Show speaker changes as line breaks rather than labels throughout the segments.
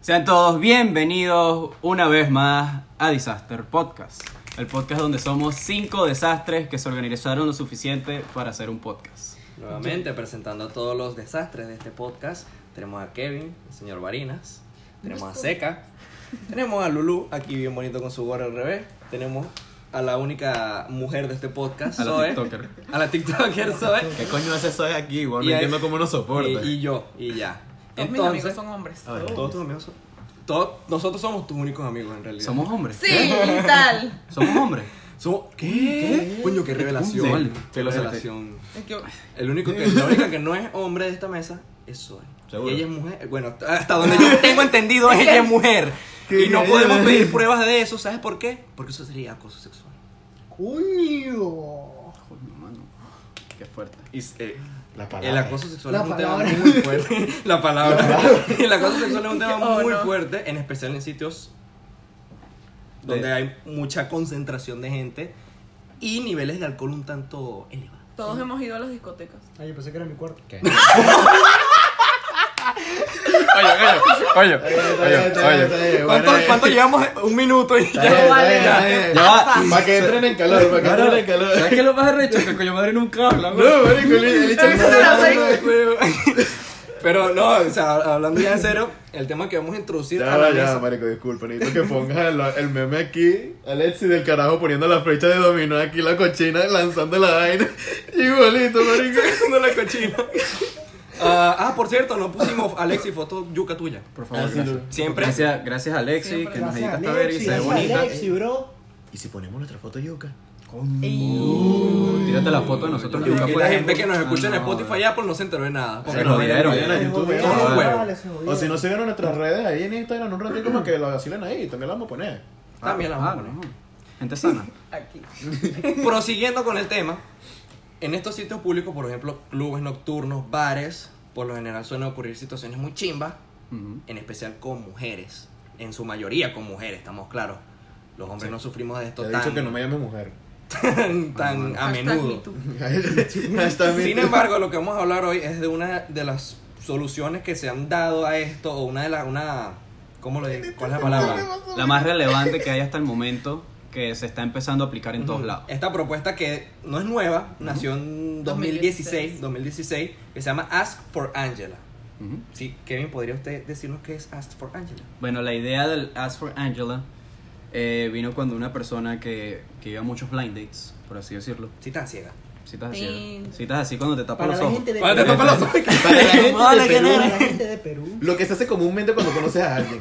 Sean todos bienvenidos una vez más a Disaster Podcast, el podcast donde somos cinco desastres que se organizaron lo suficiente para hacer un podcast.
Nuevamente presentando todos los desastres de este podcast, tenemos a Kevin, el señor Varinas, tenemos a Seca, tenemos a Lulu, aquí bien bonito con su gorra al revés, tenemos a la única mujer de este podcast,
A la
Zoe,
TikToker.
a la TikToker Zoe,
¿Qué coño hace eso de aquí? Igual
Y
no
ahí-
entiendo cómo no
y,
soporta.
y yo, y ya.
Todos mis amigos son hombres.
A ver,
todos tus amigos son- todos- nosotros somos tus únicos amigos en realidad.
¿Somos hombres? ¿Eh?
Sí, tal.
¿Somos hombres?
Somos- ¿Qué? Coño, qué revelación.
Sí,
qué
lo acepté.
revelación.
Es que-
El único que, la única que no es hombre de esta mesa es Zoe.
Seguro.
Y ella es mujer. Bueno, hasta donde yo tengo entendido, ella es mujer.
¿Qué
Y no
es?
podemos pedir pruebas de eso. ¿Sabes por qué? Porque eso sería acoso sexual.
¡Coño!
Coño, mano, qué fuerte.
Y, s- eh,
La
el acoso sexual
La
es un tema
palabra.
muy fuerte. La palabra. El acoso sexual es un tema
Oh,
muy
no.
fuerte, en especial en sitios donde
De-
hay mucha concentración de gente y niveles de alcohol un tanto elevados.
Todos hemos ido a las discotecas.
Ay, yo pensé que era mi cuarto.
Oye, oye,
¿Cuánto, cuánto llevamos? Un minuto y ya.
bien, vale, está
ya,
bien.
ya.
va.
Para que entren en calor, para que entren en calor.
¿Sabes qué es lo más arrecho? Que coño madre nunca habla, güey.
No, marico, el- el hecho
Pero eso se lo hace.
Pero no, o sea, hablando ya en serio, el tema que vamos a introducir
Ya,
a la
va, Ah, ya,
mesa-
marico, disculpa, necesito que pongas el, el meme aquí, Alexi del carajo poniendo la flecha de dominó aquí, la cochina lanzando la vaina, igualito, marico.
No la cochina. Ah, ah, por cierto, no pusimos Alexi foto yuca tuya.
Por favor,
Así
gracias.
lo-
Siempre.
Gracias, gracias a Alexi,
Siempre.
que nos edita
Gracias,
esta verga y
Alexi.
se ve
Gracias,
bonita.
Alexi, bro.
¿Y si ponemos nuestra foto yuca?
Uh, tírate la foto de nosotros,
Y
Yuka,
que
pues.
la gente que nos
Ah,
escucha en
no,
Spotify y
güey.
Apple no se enteró de nada. Porque
Se
no
jodieron,
vieron el
ya
video.
no.
YouTube,
Se
ya.
jodieron,
Bueno.
vale, se jodieron.
O si no se vieron nuestras redes ahí en Instagram un ratito como que lo vacilen ahí, también la vamos a poner.
También la
Ah,
vamos a poner.
no. Gente sana.
Aquí.
Prosiguiendo con el tema, en estos sitios públicos, por ejemplo, clubes nocturnos, bares, por lo general suelen ocurrir situaciones muy chimbas,
Ujú.
en especial con mujeres. En su mayoría con mujeres, estamos claros. Los hombres no sufrimos de esto
Te he
tan,
dicho que no me llame mujer.
tan, tan a
Hashtag me
menudo.
too.
Hasta mí.
Sin embargo, lo que vamos a hablar hoy es de una de las soluciones que se han dado a esto, o una de las, una, ¿cómo lo digo? ¿Cuál es
Este
la palabra?
La más relevante que hay hasta el momento que se está empezando a aplicar en todos lados.
Esta propuesta que no es nueva, nació en 2016,
2016.
2016, que se llama Ask for Angela.
Ujú.
Sí, Kevin, ¿podría usted decirnos qué es Ask for Angela?
Bueno, la idea del Ask for Angela eh, vino cuando una persona que, que iba a muchos blind dates, por así decirlo.
Si tan ciega.
Citas así.
Sí.
¿no? Citas así cuando te tapas
Para
los
la
ojos.
gente de
Vale, te
Perú.
tapas los ojos.
Para la gente
Vale,
de
que
Perú,
Para la gente de Perú.
lo que se hace comúnmente cuando conoces a alguien.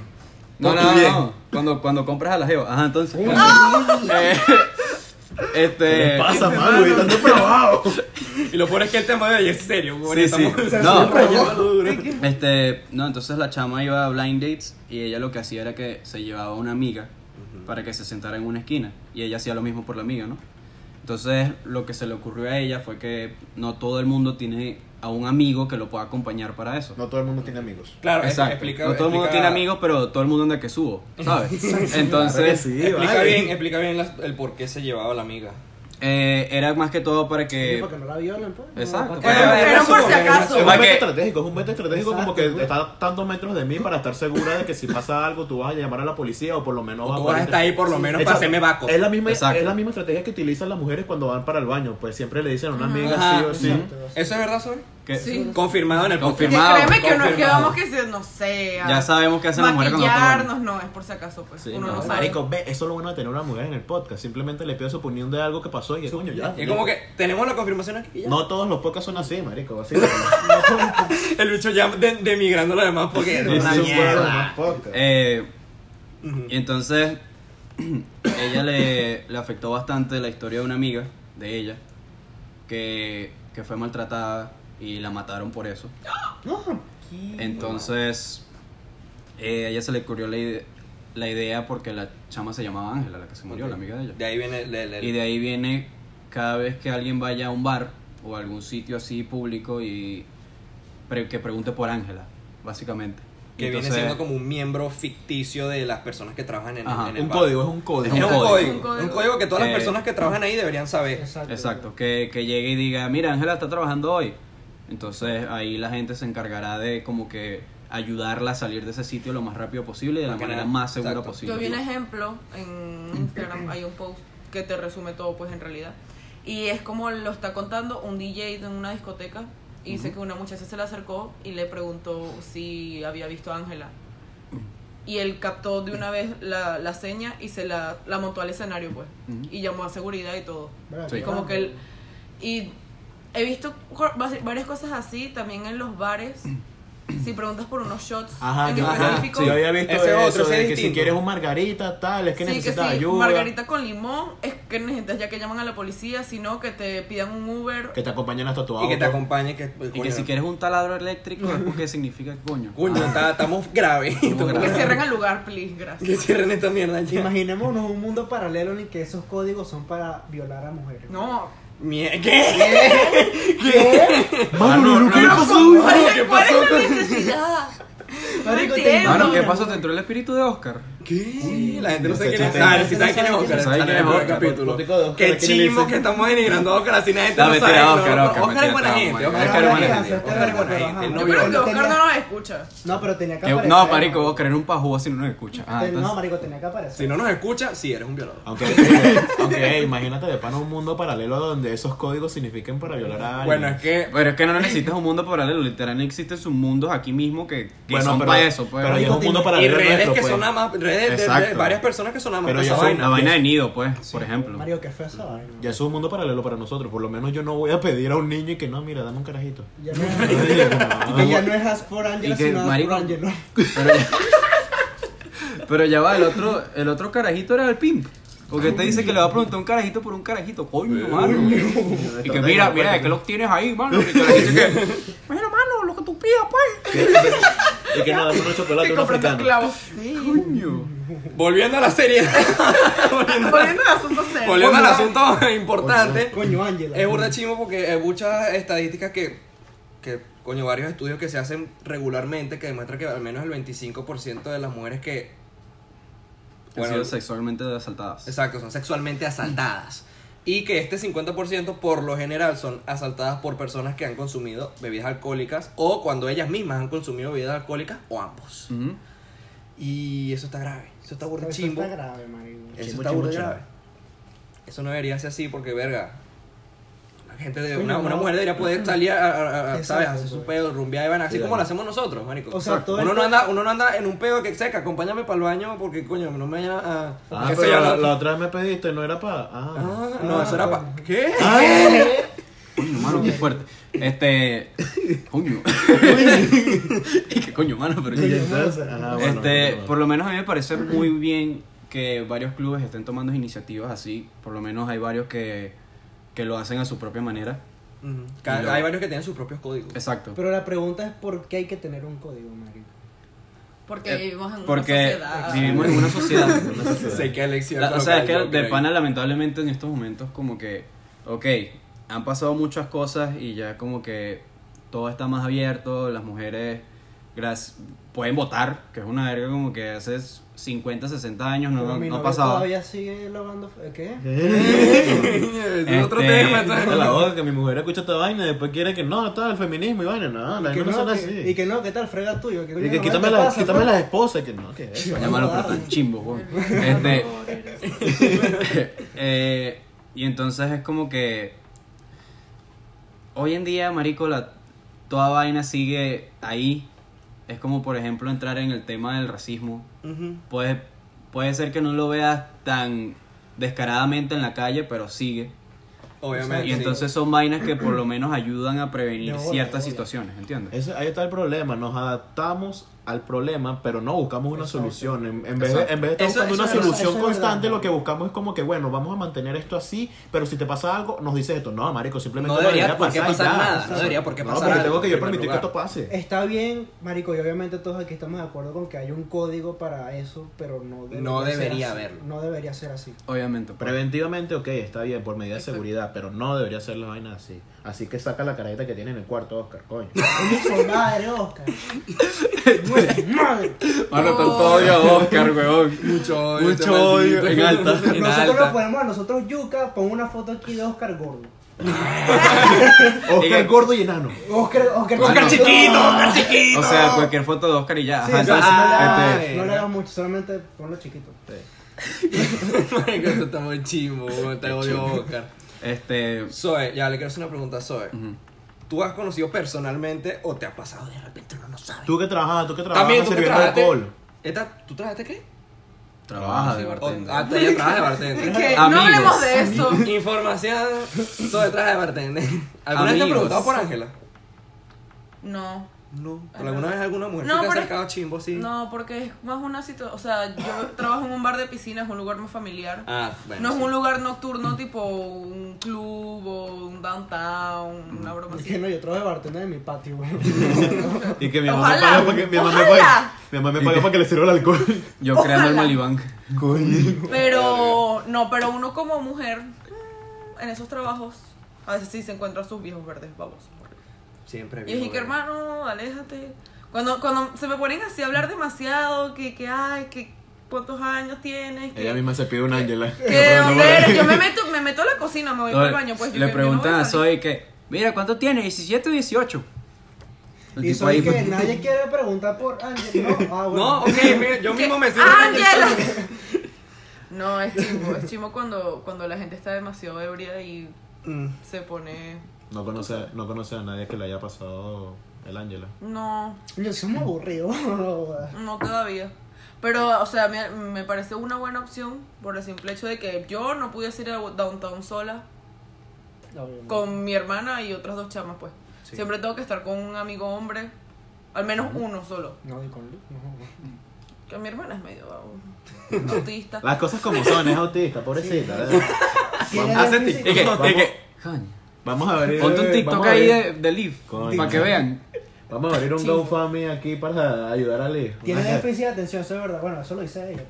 No, no,
Tú
no,
bien.
no. Cuando, cuando compras a la geo. Ajá, entonces. Eh,
¿Qué
Eh,
este.
pasa, mano? güey? Tanto probado.
Y lo peor es que el tema de hoy es serio, güey.
Sí, sí.
Estamos-
No,
Duro.
este. No, entonces la chama iba a blind dates y ella lo que hacía era que se llevaba a una amiga para que se sentara en una esquina. Y ella hacía lo mismo por la amiga, ¿no? Entonces lo que se le ocurrió a ella fue que no todo el mundo tiene a un amigo que lo pueda acompañar para eso.
No todo el mundo tiene amigos.
Claro, es-
Exacto.
explica.
no todo el mundo
explica-
tiene amigos, pero todo el mundo anda que subo, ¿sabes?
Claro que
Entonces,
sí,
Explica
vale.
bien, explica bien las- el por qué se llevaba la amiga.
eh, era más que todo para
Eh,
Sí,
que...
Para que no la violen, pues. No,
Exacto.
para que-
Bueno,
Bueno,
pero
era
por
su-
si acaso.
Es un
Para
veto
que-
estratégico, es un veto estratégico como que
Exacto, güey.
está tantos metros de mí para estar segura de que si pasa algo tú vas a llamar a la policía o por lo menos
O
vas
tú
poder
vas a estar ahí por lo menos para
Exacto.
hacerme vaco.
Es la, misma,
Exacto.
es la misma estrategia que utilizan las mujeres cuando van para el baño. Pues siempre le dicen a una amiga
Ajá.
sí o sí.
Exacto.
¿Eso es verdad, Zoe?
que-
Sí.
Confirmado en el
Que
podcast.
Confirmado,
créeme que no es que
confirmado.
vamos que se, no sé. a
Ya sabemos qué hacen las mujeres cuando
maquillarnos, no, es por si acaso, pues.
Sí,
Uno
no,
no, sabe.
Marico, ve, eso es lo bueno de tener una mujer en el podcast. Simplemente le pido su opinión de algo que pasó y coño, ya.
Y es como que tenemos la confirmación aquí. y ya.
No todos los podcasts son así, marico. Así que-
El bicho ya de- demigrando lo demás porque.
Eso
Una
fueron
mierda.
los más podcasts.
Eh,
Ujú.
y entonces, ella le, le afectó bastante la historia de una amiga de ella que, que fue maltratada y la mataron por eso.
¡Ah!
Entonces, eh, a ella se le ocurrió la, ide- la idea porque la chama se llamaba Ángela, la que se murió, la amiga de ella.
De ahí viene el. el- el-
Y de ahí viene cada vez que alguien vaya a un bar o a algún sitio así público y pre- que pregunte por Ángela, básicamente.
que viene
Entonces,
siendo como un miembro ficticio de las personas que trabajan en,
Ajá,
en el
un
bar.
código, es un código.
Es un código.
código.
Un código, que todas
Eh,
las personas que trabajan ahí deberían saber.
Exacto.
Exacto, que, que llegue y diga, mira, Ángela está trabajando hoy. Entonces ahí la gente se encargará de como que ayudarla a salir de ese sitio lo más rápido posible y de la
Para que
manera
no-
más segura
exacto.
posible.
Yo vi un ejemplo en Instagram, hay un post que te resume todo, pues en realidad. Y es como lo está contando un DJ de una discoteca. Y dice que una muchacha se le acercó y le preguntó si había visto a Ángela.
Mm.
Y él captó de una vez la, la seña y se la, la montó al escenario, pues.
Mm.
Ujú.
Y llamó a seguridad y todo.
Bravo,
Sí.
Y como que él. Y he visto cor- va- varias cosas así también en los bares. Si preguntas por unos shots
Mm. Ajá,
en
yo, ajá,
específico.
sí, yo había visto
Ese
eso,
otro, ese es
de que si
distinto.
quieres un margarita, tal, es
sí,
que
que sí,
necesitas ayuda.
margarita con limón es que necesitas ya que llaman a la policía, sino que te pidan un Uber.
Que te acompañen hasta tu auto.
Y que te acompañe. Que, pues,
Y que si quieres un taladro eléctrico es porque significa coño.
Coño,
Ah,
está- estamos graves.
Estamos
Que
graves.
cierren el lugar, please, gracias.
que cierren esta mierda ya.
Imaginémonos un mundo paralelo en el que esos códigos son para violar a mujeres.
No.
Mie- ¿Qué?
Mano, Lulu, ¿qué le pasó?
Marica, ¿Cuál es la necesidad? No
Marico, te-
entiendo.
Mano, Ah, ¿qué pasó? ¿Te entró el espíritu de Oscar?
¿Qué? La gente no
Ese
sabe quién es.
chiste.
Ah, si saben quién es
No
saben quién
Oscar.
es
sale en el
Oscar.
capítulo.
Típico de Oscar,
Qué
¿quién le
chimo
dice?
que estamos denigrando a Oscar. Así la gente
No,
no
mentira,
sabe.
Oscar,
No, no,
Oscar,
Oscar es buena
mentira,
gente.
no,
Oscar
Oscar
es
es
buena
buena
gente.
gente.
Oscar es buena
Pero,
gente.
ajá.
él No
Yo creo que
viola.
Tenía-
Oscar no nos escucha.
No, pero tenía que
Eh,
aparecer.
no, marico, Oscar era un pajúa si no nos escucha. Ah,
Ten- No,
entonces-
marico, tenía que aparecer.
Si no nos escucha, sí, eres un violador.
Aunque, aunque, eh, imagínate de pana un mundo paralelo donde esos códigos signifiquen para violar a alguien.
Bueno, es que.
Pero es que no necesitas un mundo paralelo, literalmente existen sus mundos aquí mismo que, que
Bueno,
son
pero-
para eso. Pues.
Pero ya es un mundo
Y
paralelo
redes
nuestro,
que
pues.
son nada más. Redes de- de,
Exacto.
varias personas que son nada más.
Pero
esa
ya son-
vaina.
La vaina de nido, pues, por ejemplo.
Mario, qué feo esa vaina.
Ya eso es un mundo paralelo para nosotros. Por lo menos yo no voy a pedir a un niño y que no, mira, dame un carajito.
Ya no
Ay,
es,
no.
que ya no es As for Angela,
Y que,
sino As
marico-
for Angelo.
Pero ya, pero ya va, el otro, el otro carajito era el pimp. Porque te dice que le va a preguntar un carajito por un carajito, coño, mano. Y que mira, mira,
pues.
¿de qué lo tienes ahí, mano? Y que le dice que, mira, mano, lo que tú pidas, pues.
Y que no, dame unos chocolates,
Que
unos
compras
africanos.
clavos. Sí.
Coño.
Volviendo a la serie. Volviendo a la
Volviendo al asunto serio.
Volviendo al asunto importante,
Coño, Ángela.
es burda chimo porque hay muchas estadísticas que, que, coño, varios estudios que se hacen regularmente que demuestran que al menos el 25% de las mujeres que,
Han
bueno,
sido sexualmente asaltadas.
exacto, son sexualmente asaltadas. Y que este 50% por lo general son asaltadas por personas que han consumido bebidas alcohólicas o cuando ellas mismas han consumido bebidas alcohólicas o ambos.
Ujú.
Y eso está grave, eso está burda
Eso
chimbo.
está grave, marico.
Eso
Chimbo,
está
chimbo,
burda
chimbo.
grave. Eso no debería ser así porque, verga, la gente de,
Coño,
una, una
no.
mujer debería poder salir a, a- a- a,
Exacto,
¿sabes? Hacer su
pues.
pedo, rumbear y vaina, así
Sí,
como
dale.
lo hacemos nosotros, marico.
O sea, todo
uno,
el-
no anda, uno no anda en un pedo que seca, acompáñame para el baño porque, coño, no me vayan a...
Ah,
qué sé
pero
yo,
la,
no-
la otra vez me pediste, no era para. Ah.
Ah, no, eso era para... ¿Qué?
Coño, mano, qué fuerte. Este. Coño. y que coño, mano, pero.
Coño,
entonces,
mano.
ajá, Ah, bueno,
Este,
bueno.
por lo menos a mí me parece muy bien que varios clubes estén tomando iniciativas así. Por lo menos hay varios que, que lo hacen a su propia manera.
Ujú. Cada-
Y lo-
Hay varios que tienen sus propios códigos.
Exacto.
Pero la pregunta es por qué hay que tener un código, marico.
Porque vivimos en una
Porque
sociedad.
vivimos en una sociedad.
sé que Alexia...
La- o sea, es que
coloca el
de
Joker
pana
ahí.
lamentablemente en estos momentos como que, ok, han pasado muchas cosas y ya como que todo está más abierto, las mujeres grac- pueden votar, que es una verga como que hace 50, 60 años no,
Pero mi
no
novio
pasaba.
Todavía sigue lavando. ¿Qué?
Eh,
Ese es otro
Este-
tema, ¿sabes?
Cállate la boca, que mi mujer escucha esta vaina y después quiere que no, está el feminismo y vaina, no, la
Y que
vaina no son
no,
así.
que- y que no, ¿qué tal? Frega tuyo.
Y
coño,
que
no,
quítame,
¿qué
la-
pasa,
quítame
pues?
las esposas, que no, que eso.
Ya malo, pero tan chimbo, weón. Este, eh, y entonces es como que hoy en día, marico, la, toda vaina sigue ahí. Es como, por ejemplo, entrar en el tema del racismo.
Ujú.
Puede, puede ser que no lo veas tan descaradamente en la calle, pero sigue.
Obviamente.
Y
Ah, sí.
entonces son vainas que por lo menos ayudan a prevenir
De bola,
ciertas
de bola.
situaciones, ¿entiendes?
Eso- ahí está el problema, nos adaptamos al problema, pero no buscamos una
Exacto.
solución. En, en vez de, en vez de estar
Eso- eso
buscando una
es verdad,
solución
eso es
constante,
verdad.
lo que buscamos es como que, bueno, vamos a mantener esto así, pero si te pasa algo, nos dices esto. No, marico, simplemente
No debería por qué
y
pasar
ya.
nada, no debería por qué pasar
No, porque
algo,
tengo que yo
en primer
permitir
lugar.
que esto pase.
Pues, Está bien, marico, y obviamente todos aquí estamos de acuerdo con que hay un código para eso, pero no debería,
No debería
ser así.
haberlo.
No debería ser así.
Obviamente. pues.
Preventivamente, ok, está bien, por medida de
Exacto.
seguridad, pero no debería ser la vaina así. Así que saca la careta que tiene en el cuarto, Oscar, coño.
Coño, su madre, Oscar. Bueno, madre.
Mano,
Oh.
tanto odio a Oscar, weón.
Mucho odio.
Mucho odio. En alta.
En
Nosotros lo
alta.
ponemos a nosotros yuca, pon una foto aquí de Oscar Gordo.
Oscar gordo y enano.
Oscar, Oscar,
Ah,
Oscar
chiquito.
O sea, cualquier foto de Oscar y ya.
Sí,
Ajá,
o sea,
entonces,
no,
este,
le, no le hagas mucho, solamente ponlo chiquito.
Marico, esto está muy chimbo, weón, te odio, Oscar.
Este.
Zoe, ya le quiero hacer una pregunta a Zoe.
ujú.
¿Tú has conocido personalmente o te ha pasado de repente uno no sabe?
Tú que trabajas, tú que trabajas
También tú que
sirviendo
trabajaste.
alcohol.
Esta, ¿Tú trabajaste qué?
Trabaja de
O-
bartender.
Ah, ella trabaja de
Es
bartender. Ah,
que no
Amigos.
hablemos de eso.
Información Zoe trabaja de bartender. ¿Alguna vez
Amigos.
te has preguntado por Ángela?
No.
No.
Ay,
¿Pero alguna
no.
vez alguna mujer
No,
se te ha
pero-
sacado chimbo así?
No, porque es más una situación. O sea, yo trabajo en un bar de piscina, es un lugar más familiar.
Ah, bueno.
no es
sí.
un lugar nocturno tipo un club o un downtown, una broma
Es que
así.
no, yo trabajo de bartender en mi patio, güey.
Y que mi mamá me
Ojalá,
paga para que mi mamá me
ojalá.
paga. Mi mamá me paga para que le sirva el alcohol.
Yo creando el
Ojalá.
Malibank.
Coño.
Pero no, pero uno como mujer mm, en esos trabajos a veces sí se encuentra a sus viejos verdes babos.
Siempre
Y es y que hermano, aléjate. Cuando cuando se me ponen así a hablar demasiado, que que ay, que cuántos años tienes, que
Ella misma se pide un ángela.
que dónde eres? yo me meto me meto a la cocina, me voy para el baño, pues yo
le
que- yo no voy
preguntan a
salir.
Zoe que, mira, ¿cuánto tiene? ¿17 o 18? El
Y
tipo
soy
ahí. pues,
que nadie quiere preguntar por Ángel. No, ah, bueno.
pues. No, ok, mira, yo
¿Qué? Ah,
mismo me siento.
¡Ángela! No, es chimo, es chimo cuando, cuando la gente está demasiado ebria y
Mm.
se pone.
No conoce, no conoce a nadie que le haya pasado el ángela.
No,
Yo soy muy aburrido. no, güey.
no todavía. Pero, o sea, me, me parece una buena opción por el simple hecho de que yo no pudiese ir a downtown sola
Obviamente.
Mm.
con mi hermana y otras dos chamas, pues. Siempre tengo que estar con un amigo hombre, al menos uno solo.
No, y con Lu- no, güey.
Que mi hermana es medio um, autista.
Las cosas como son, es autista, pobrecita. ¿verdad?
Tiene
Hacen
déficit-
Y que, y
Vamos.
que, coño,
Vamos a abrir.
ponte
Eh,
un TikTok
vamos a
ahí
abrir-
de, de Leaf,
Coño.
para que vean.
Vamos a abrir un
Chingo.
GoFundMe aquí para ayudar a Lee.
Tiene
Una-
déficit de atención, eso es verdad. Bueno, eso lo dice ella.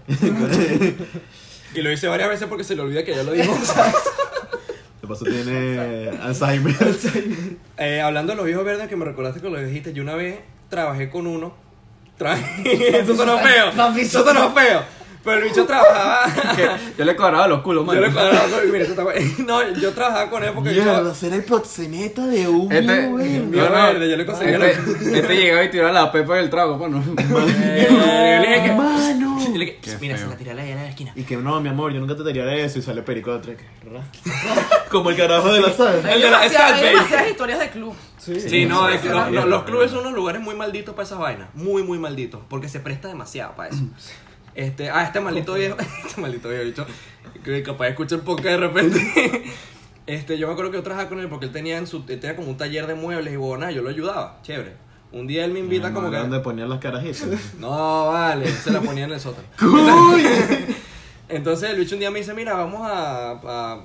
Y lo hice varias veces porque se le olvida que ya lo dijo.
De paso tiene Alzheimer.
Eh, hablando de los viejos verdes que me recordaste que lo dijiste, yo una vez trabajé con uno. Trabajé. Eso sonó feo. Eso sonó feo. Pero el bicho trabajaba.
Que yo le cuadraba los culos,
Yo
man.
le cuadraba con- mira, esto está bueno. No, yo trabajaba con él porque yo.
será el proxeneta de un
Este,
Mío verde, yo le conseguía la-
este, este llegaba y tiraba la pepa del trago, pues, bueno.
Eh, yo le dije que-
Mano.
yo le dije,
Qué
Mira, se
feo.
la tiré a la llave de la esquina.
Y que no, mi amor, yo nunca te tiraría de eso y sale perico de otra que, ra. Como el carajo de la sal.
Hay
El de la
demasiadas- hay
Scarface.
demasiadas historias de club.
Sí, no,
sí,
es que
sí,
los,
sí,
los-
sí.
los clubes son unos lugares muy malditos para esas vainas. Muy, muy malditos. Porque se presta demasiado para eso. Este, ah, este maldito viejo. Este maldito viejo, bicho. Que capaz escucha el podcast de repente. Este, yo me acuerdo que yo trabajaba con él porque él tenía, en su, él tenía como un taller de muebles y nada, yo lo ayudaba. Chévere. Un día él me invita como que.
¿Dónde ponían las carajitas?
No, vale, se la ponía en el sótano. Entonces el bicho un día me dice, mira, vamos a... a-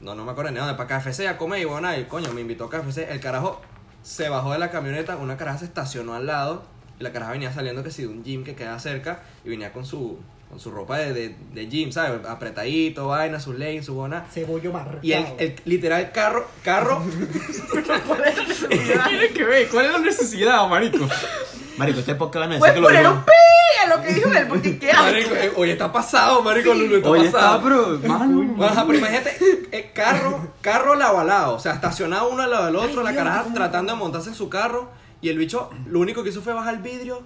no, no me acuerdo ni dónde, para KFC a comer y bueno, y coño, me invitó a KFC. El carajo se bajó de la camioneta, una caraja se estacionó al lado y la caraja venía saliendo que sí, de un gym que queda cerca y venía con su, con su ropa de, de, de gym, ¿sabes? Apretadito, vaina, sus leggings, su buena.
Cebollo marcado.
Y el, el literal carro, carro,
Tiene que ver, ¿cuál es la necesidad, marico?
Marico, este podcast van a decir
Puedes
que lo
poner un
vieron.
pi a lo que dijo él, porque qué asco.
marico, eh, oye, está pasado, marico, Lulu, está
Oye,
pasado.
está, pero, mano.
Bueno, ajá, pero imagínate, eh, carro, carro lado a lado, o sea, estacionado uno al lado del otro, la caraja tratando de montarse en su carro, y el bicho lo único que hizo fue bajar el vidrio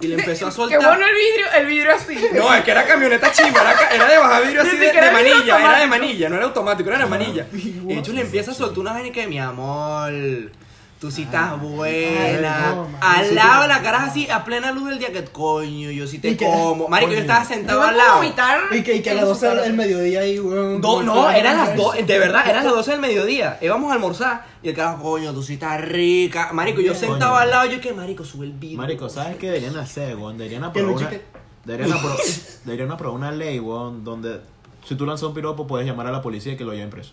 y le empezó a
Qué
soltar.
bueno el vidrio, el vidrio así.
No, es que era camioneta chimba, era, ca- era de bajar vidrio así
Ni
de,
siquiera
de
era
manilla, era de
automático.
manilla, no era automático, era de manilla. Y de hecho le empieza a soltar una vaina y que, mi amor, tú sí estás buena.
ay, no, man.
al lado de la caraja así, a plena luz del día, que coño, yo sí te
Y que-
como. Marico, yo
coño.
estaba
Yo
sentado
me
al
puedo
lado.
vomitar.
Y que, y que a las 12 del mediodía ahí, güey.
Do- no, eran las 12, de verdad, eran las 12 del mediodía. Íbamos a almorzar y el carajo, coño, tú sí estás rica. Marico, yo sentado al lado, yo que marico, sube el vidrio.
Marico, ¿sabes qué deberían hacer, weón? Deberían
Que
aprobar
lo
una,
chique-
deberían apro- deberían aprobar una ley, weón, donde si tú lanzas un piropo puedes llamar a la policía y que lo lleven preso.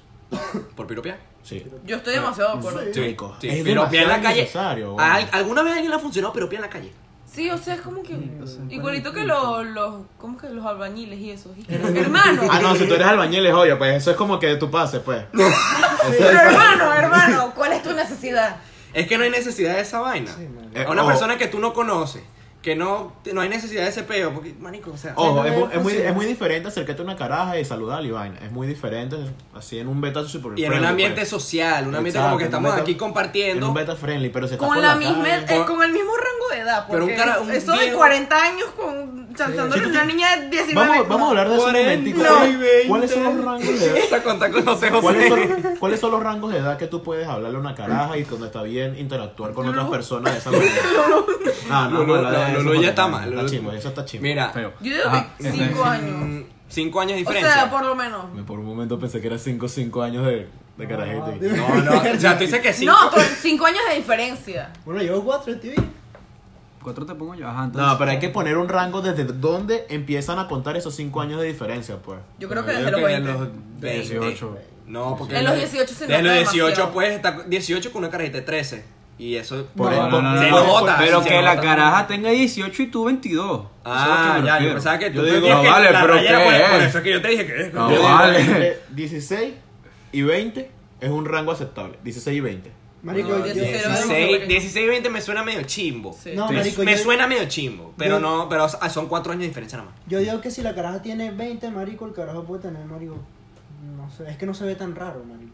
¿Por piropia?
Sí.
Yo estoy demasiado de acuerdo.
Sí,
Marico,
sí,
es
piropia en la
demasiado
calle.
innecesario, weón.
¿Al- ¿Alguna vez a alguien le ha funcionado piropia en la calle?
Sí, o sea, es como que. mm,
sea,
Igualito que los, los. ¿Cómo que los albañiles y eso? Y que, hermano.
Ah, no, si tú eres albañil es obvio, pues eso es como que tú pases, pues.
Pero hermano, hermano, ¿cuál es tu necesidad?
Es que no hay necesidad de esa vaina.
Sí, man.
Eh,
a una
o-
persona que tú no conoces, que no, no hay necesidad de ese peo, porque, manico, o sea,
Ojo,
Ay,
es,
no,
mu- es muy,
funciona.
es muy diferente acercarte a una caraja y saludar y vaina. Es muy diferente, es así en un beta super
y en un
friendly,
ambiente
pues.
social, un ambiente
Exacto,
como que
en un
estamos
beta-
aquí
En
compartiendo.
un beta friendly, pero si estás
Con,
por
la misma,
calle-
eh, con el mismo rango de edad,
Pero
porque
un cara- un
es- eso de
viejo-
40 años con chanzándole
Sí.
una niña de 19
Vamos, vamos a hablar de eso un
40
momentico.
y
¿Cuál-
20.
¿Cuáles son los rangos de edad?
Esa cuenta con José
¿Cuáles
José.
son, ¿Cuáles son los rangos de edad que tú puedes hablarle a una caraja y donde está bien interactuar con otras personas de esa manera? Ah, no,
Lulu,
no, la de-
no,
eso
Lulu
es
ya está
horrible,
mal,
Está
Lulu-
chimbo, eso está chimbo.
Mira,
Feo.
Yo digo
Ajá,
que
este-
5 años.
mm, cinco años de
O
diferencia.
sea, por lo menos.
Me- Por un momento pensé que era 5 o 5 años de, de carajito. y-
No.
No, no, o sea, tú dices que sí.
No, 5 años de diferencia.
Bueno, llevo cuatro, estoy bien.
Cuatro te pongo yo, ajá, entonces.
No, pero hay que poner un rango desde donde empiezan a contar esos 5 años de diferencia, pues.
Yo creo que
Yo
desde los
creo que
20.
los 20.
18.
No, porque.
En los 18 se
Desde los
nota
18
demasiado.
puedes estar 18 con una carajita de 13. Y eso.
Por
No,
el-
no, no, no,
se
no,
nota.
Pero
se
que la
nota.
caraja tenga 18 y tú 22. Eso es
Ah,
lo que me
ya, yo
refiero.
pensaba que tú
Yo digo,
creías
no
que
vale,
la
pero
raya era por- Por
¿qué es?
eso es que yo te dije que.
No,
Yo-
Yo digo,
vale.
entre 16 y 20 es un rango aceptable. 16 y 20.
Marico,
No,
yo-
yo sí era demasiado
16,
pequeño.
16 y 20 me suena medio chimbo.
Sí.
No,
Sí.
marico,
Me
yo-
suena medio chimbo, pero
Yo-
no, pero ah, son 4 años de diferencia nada más.
Yo digo que si la caraja tiene 20, marico, el carajo puede tener, marico. No sé, es que no se ve tan raro, marico.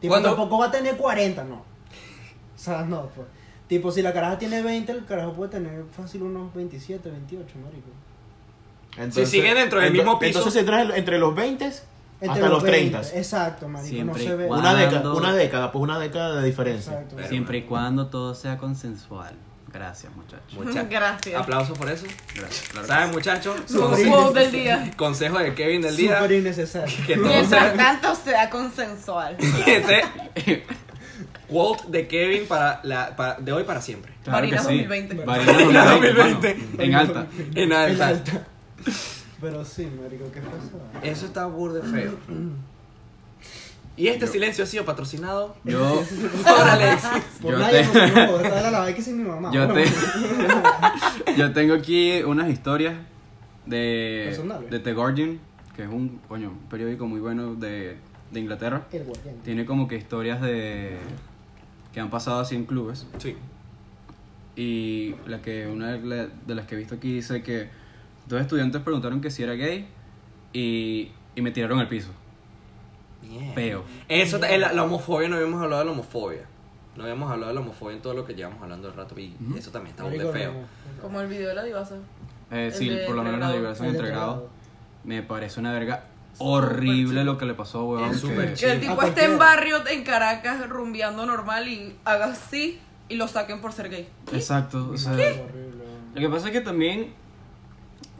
Tipo,
¿Cuándo?
tampoco va a tener 40, no. O sea, no, pues. Tipo, si la caraja tiene 20, el carajo puede tener fácil unos 27, 28, marico.
Entonces-
siguen dentro del
ento-
mismo piso.
Entonces entre, entre los 20 hasta los,
20,
30.
Exacto, marico,
Siempre
no se ve.
igual.
Una década,
Cuando-
una década, pues una década de diferencia.
Exacto.
Pero-
Siempre y cuando todo sea consensual. Gracias, muchachos.
Muchas
Gracias.
Aplausos por eso.
Gracias. claro que
¿Saben, muchachos?
Súper
Conse-
Quote del día.
Consejo de Kevin del día.
Súper innecesario.
Que todos
Mientras
sean-
tanto sea consensual.
Ese quote de Kevin para la, para- de hoy para siempre.
Claro
Marina
que
2020.
Marina
Marina
2020. hermano.
2020.
En alta.
En
En
alta.
alta. Pero sí, marico, ¿qué pasa?
Eso está burde feo. Y este silencio ha sido patrocinado
Yo,
por Alexis.
Por
Yo te-
nadie, porque no, porque era la vez que sin mi mamá.
yo,
Bueno,
te- yo tengo aquí unas historias de,
Personales.
de The Guardian, que es un, coño, un periódico muy bueno de, de Inglaterra.
El guardián.
Tiene como que historias de que han pasado así en clubes.
Sí.
Y la que una de la- de las que he visto aquí dice que dos estudiantes preguntaron que si era gay y, y me tiraron al piso.
Bien.
Feo.
Eso, ta- la, la homofobia, no habíamos hablado de la homofobia. No habíamos hablado de la homofobia en todo lo que llevamos hablando el rato. Y eso también está burde
Marico,
feo.
no.
Como el video de la divasa.
Eh,
El
sí,
de
por lo menos la
entregrado.
liberación
El de
entre grado.
entregado.
Me parece una verga
Súper
horrible
chido.
lo que le pasó a huevón.
Es
que-
súper
Que el
Sí.
A
tipo esté
cualquiera.
en barrio en Caracas rumbeando normal y haga así y lo saquen por ser gay.
Exacto. o sea,
Horrible.
lo que pasa es que también,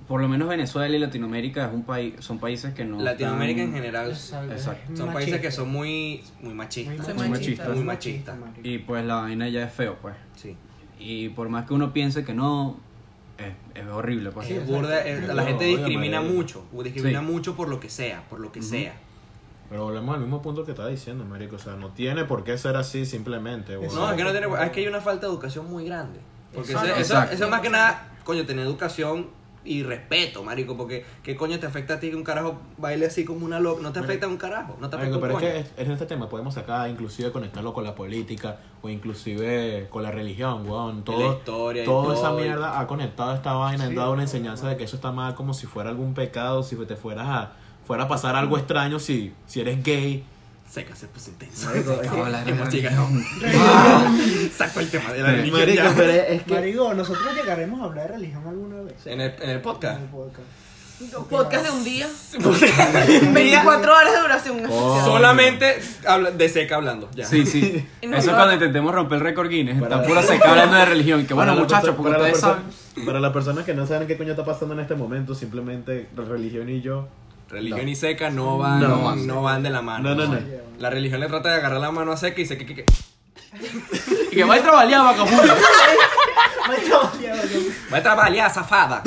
por lo menos Venezuela y Latinoamérica es un país, son países que no.
Latinoamérica en
están-
general son
Exacto.
Exacto.
países que
Machista.
son muy, muy machistas.
Soy
Muy machista.
Muy machista.
marico.
Y pues la vaina ya es feo, pues.
Sí.
Y por más que uno piense que no, es, es horrible, pues.
Es burda, es- la
No,
gente
oye,
discrimina
marico.
mucho. Discrimina
Sí.
mucho por lo que sea, por lo que sea.
Pero volvemos al mismo punto que estaba diciendo, Marico. O sea, no tiene por qué ser así simplemente. weón.
No, es que no tiene. Es que hay una falta de educación muy grande. Porque eso,
Exacto.
eso-
Exacto.
eso es más que nada, coño, tener educación y respeto, marico. Porque, ¿qué coño te afecta a ti que un carajo baile así como una loca? No te afecta a un carajo. No te afecta
Marico,
un
pero es
coño.
que es- en este tema podemos sacar, inclusive conectarlo con la política o inclusive con la religión, weón. Todo,
historia y
toda esa
todo.
mierda ha conectado esta vaina, han dado una enseñanza de que eso está mal como si fuera algún pecado, si te fueras a, fuera a pasar algo extraño si, si eres gay.
Seca se puso intenso.
Acabo de hablar de
Hemos llegado. Saco el tema de la
Sí.
religión
Marico,
ya.
pero es
Marico, nosotros llegaremos a hablar de religión alguna vez.
En el, en el podcast.
En el podcast.
Podcast de un día. 24 horas de duración. un
Oh.
especial.
Solamente habla- de seca hablando. Ya.
Sí, sí.
Y no
Eso
lo
cuando
hago.
intentemos romper el récord Guinness.
Para-
Está pura seca hablando de religión. Que
Para
bueno,
la
muchachos,
perso-
porque
para la
ustedes
perso-
saben.
Para las personas que no saben qué coño está pasando en este momento, simplemente religión y yo.
Religión
No.
y seca no van,
No.
no, van, no van de la mano.
No, no, no.
La religión le trata de agarrar la mano a seca y seca que, que,
Y que va a trabajar vagabundo.
Maestro, ya, ya.
va a trabajar zafada.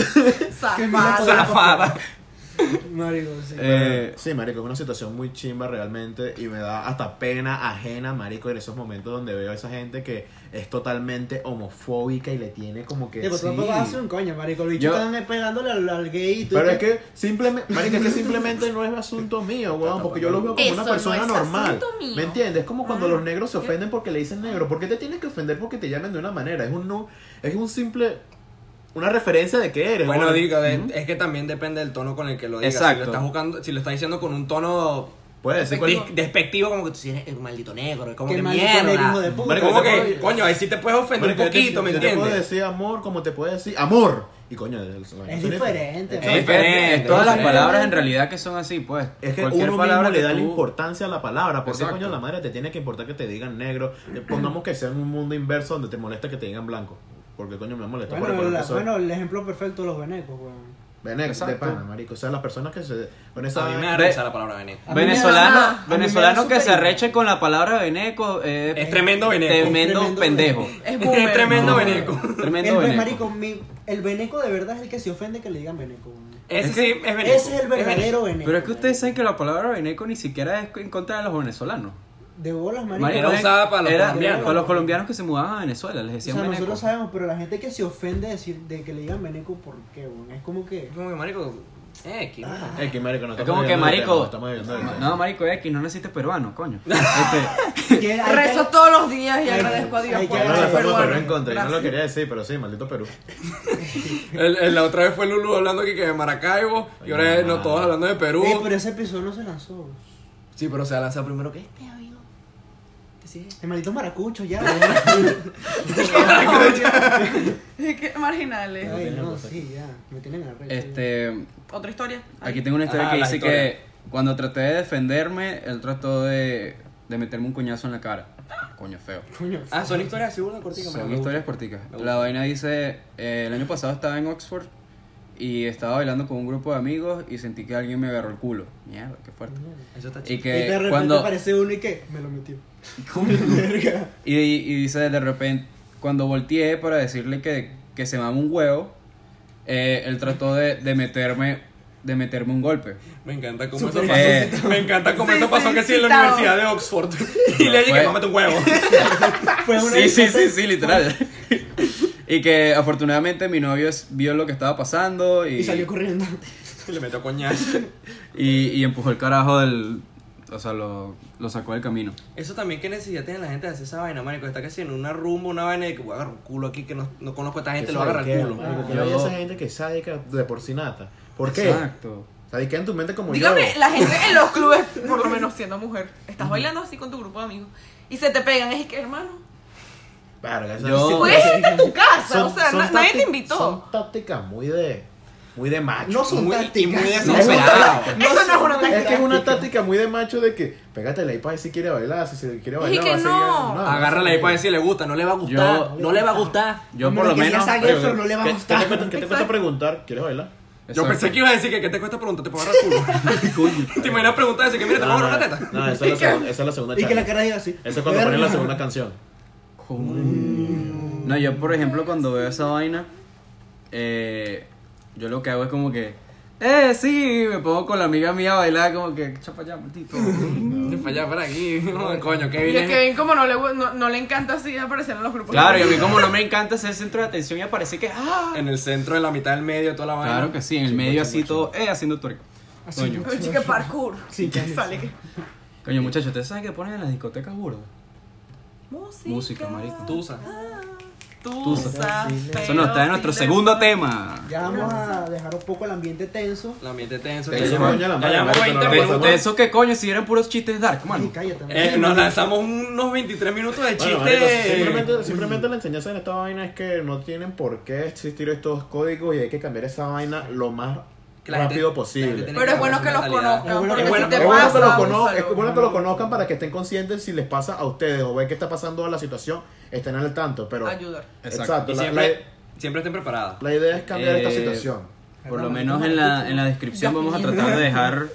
Zafada.
zafada.
Marico, sí.
Eh,
sí, marico, es una situación muy chimba realmente y me da hasta pena ajena, marico, en esos momentos donde veo a esa gente que es totalmente homofóbica y le tiene como que...
Digo, tú
sí.
tampoco vas a hacer un coño, marico. Los bichos
Yo-
están pegándole al, al gay. y tú
Pero
te-
es que simplemente, marico, es que simplemente no es asunto mío, weón, porque yo lo veo como
Eso
una
no
persona
es
normal.
asunto mío.
¿Me entiendes? Es como cuando
Ah.
los negros se ofenden porque le dicen negro. ¿Por qué te tienes que ofender porque te llamen de una manera? Es un no, es un simple una referencia de qué eres.
Bueno,
joder.
digo, de- es que también depende del tono con el que lo digas. Si
Exacto.
lo estás buscando, si lo estás diciendo con un tono
Puedes decir cuál
des- despectivo, como que tú eres el maldito negro, como
Qué
que
maldito
mierda.
negro, hijo de puta.
Marico,
Como
yo te
que,
puedo-
coño, ahí sí te puedes ofender
Marico,
un
yo te-
poquito, ¿me
yo te puedo
entiendes?
decir amor como te puedo decir amor. Y coño, el-
Es
el-
diferente.
Es
pues.
diferente. Todas las
diferente.
palabras en realidad que son así, pues.
Es que
Cualquier
uno
palabra
mismo le
que
da la
tú-
importancia a la palabra. ¿Por qué
Exacto.
coño la madre te tiene que importar que te digan negro? Eh, Pongamos que sea en un mundo inverso donde te molesta que te digan blanco. Porque coño me molesta por el
Bueno,
color
la-
que soy.
bueno, el ejemplo perfecto los venecos, weón.
Ve negro, de
Exacto.
pana, marico. O sea, las personas que se... Con esa...
A mí me da
Ve-
risa la palabra veneno.
A mí me da nada, a
Venezolano,
mí me
venezolano
da
que se
súper-
arreche con la palabra veneco eh,
Es tremendo veneco.
Tremendo,
Tremendo
pendejo.
veneco.
Es boomer.
Es tremendo
No.
veneco.
Tremendo
el,
veneco.
marico, mi- el veneco de verdad es el que se ofende que le digan veneco. weón.
Ese
Es
sí
que-
es veneco.
Ese es el verdadero veneco.
Pero es que
weón.
ustedes saben que la palabra veneco ni siquiera es en contra de los venezolanos.
De bolas, marico.
Marico,
Era
es-
usada para los
era
colombianos.
Para los colombianos que se mudaban a Venezuela, les
o
decían
sea,
veneco.
nosotros sabemos, pero la gente que se ofende de, decir, de que le digan veneco, ¿por qué, weón? Es como que...
Como que, marico, eh, ¿qué?
Ah.
Es que marico, no
Es
estamos
como que
viviendo el
marico.
tema, estamos viviendo el tema.
No, marico, es que no naciste peruano, coño. Este,
que hay que-
Rezo todos los días y
Ay,
agradezco a Dios
ay,
por
ya
Ya no
Ay,
la
ser
estamos
peruano.
Perú en contra, yo no lo
Gracias.
quería decir, pero sí, maldito Perú.
El- el- la otra vez fue Lulu hablando que, que de Maracaibo y ahora
Ay,
no, todos hablando de Perú.
Ey, Eh, pero ese episodio no se lanzó. weón.
Sí, pero se ha lanzado primero que este, amigo.
El maldito maracucho, ya.
Qué marginales.
Ay, no, sí, ya. Me tienen a la regla.
este,
Otra historia. Ay.
aquí tengo una historia
Ah,
que
la
dice
historia.
que cuando traté de defenderme, él trató de, de meterme un coñazo en la cara. Coño, feo.
Coño,
Ah, son historias así, una cortica.
Son historias corticas.
Me gusta.
La vaina dice, eh, el año pasado estaba en Oxford y estaba bailando con un grupo de amigos y sentí que alguien me agarró el culo. Mierda, qué fuerte.
Eso está
Y
Y
que
de repente
cuando...
aparece uno y que me lo metió.
Y, y dice de repente, cuando volteé para decirle que, que se mama un huevo, eh, él trató de, de meterme de meterme un golpe.
Me encanta cómo eso
Súper
pasó.
exquisito.
Me encanta cómo
Sí,
eso pasó
sí,
que sí en la
excitado.
Universidad de Oxford. Y le dije,
fue-
mámate un huevo.
Fue una
Sí, sí,
discoteca.
sí, sí, literal. y que afortunadamente mi novio es- vio lo que estaba pasando y,
Y salió corriendo.
Y le metió coñazo.
y, y empujó el carajo del... O sea, lo, lo sacó del camino.
Eso también, ¿qué necesidad tiene la gente de hacer esa vaina, marico? Está casi en una rumba, una vaina de que voy a agarrar un culo aquí que no, no conozco a esta gente, lo voy a agarrar el culo.
marico.
Yo
Yo-
hay esa gente que es sádica de por sí nata. ¿Por qué?
Exacto.
Sádica en tu mente como
Dígame,
yo.
la gente en los clubes, por lo menos siendo mujer, estás bailando así con tu grupo de amigos y se te pegan. Es que, hermano,
Verga, esas-
Yo-
son-
puedes irte a tu casa.
son-
Pues, o sea,
son
na- nadie te
tácti-
invitó.
Son tácticas muy de, muy de macho.
No son
Muy- y
tácticas.
muy
Es
desesperado.
una-
Eso no es una táctica.
Es que es una táctica muy de macho de que pégatela ahí para ver si quiere bailar, si se quiere bailar.
que
va a seguir-
no.
Agárrala ahí para ver si le gusta, no le va a gustar.
Yo-
no le va a gustar.
Yo
A
por lo
menos
menos...
que ya salga- Eso no le va a
¿Qué-
gustar.
¿Qué te cuesta- qué te cuesta preguntar? ¿Quieres bailar?
Yo pensé que iba a decir que ¿qué te cuesta preguntarte para agarrar el culo? ¿Te imaginas preguntar decir que mira, te puedo agarrar una teta?
Ah, No, esa es la segunda- esa es la segunda
Y que la
charla.
cara diga así.
Esa es cuando ponen la segunda canción.
No, yo por ejemplo cuando veo esa vaina, eh, yo lo que hago es como que, eh, sí, me pongo con la amiga mía a bailar como que, chapa ya, maldito.
Para allá, para aquí. No, coño, qué
Y es
bien.
que ven como no le, no, no le encanta así aparecer en los grupos.
claro, y a mí como no me encanta ser el centro de atención y aparece que, ah.
En el centro, en la mitad del medio, toda la vaina.
Claro que sí, en el medio así todo, eh, haciendo tuerco. Coño,
Pero chica, parkour.
Sí,
Ya
sí.
sale que.
coño muchachos, ¿ustedes saben que ponen en las discotecas burdas?
Música.
Música, marico.
Tusa.
Tusa.
Eso nos trae nuestro segundo tema.
Ya vamos a dejar un poco el ambiente tenso.
El ambiente tenso.
Te
Ya
hizo
llevamos
coño la
ya
madre,
llevamos
marico,
20
no
De,
Pero
minutos.
bueno.
de eso que coño, si eran puros chistes dark,
Ay,
man.
cállate.
Eh,
marico.
nos lanzamos unos 23 minutos de chiste.
Bueno, marico, simplemente, simplemente la enseñanza en esta vaina es que no tienen por qué existir estos códigos y hay que cambiar esa vaina lo más
Que la gente-
rápido
la gente
posible.
tiene
Pero es bueno que los
mentalidad.
Es
conozcan.
bueno
Porque
que-
si te
es bueno, que lo
pasa,
cono-
úsalo.
es bueno que lo conozcan para que estén conscientes si les pasa a ustedes o ven que está pasando a la situación, estén al tanto. Pero,
Ayudar.
Exacto.
Y
la,
siempre, siempre estén preparadas.
la- la idea es cambiar esta
Eh,
situación.
Por lo menos en la, en la descripción vamos a tratar de dejar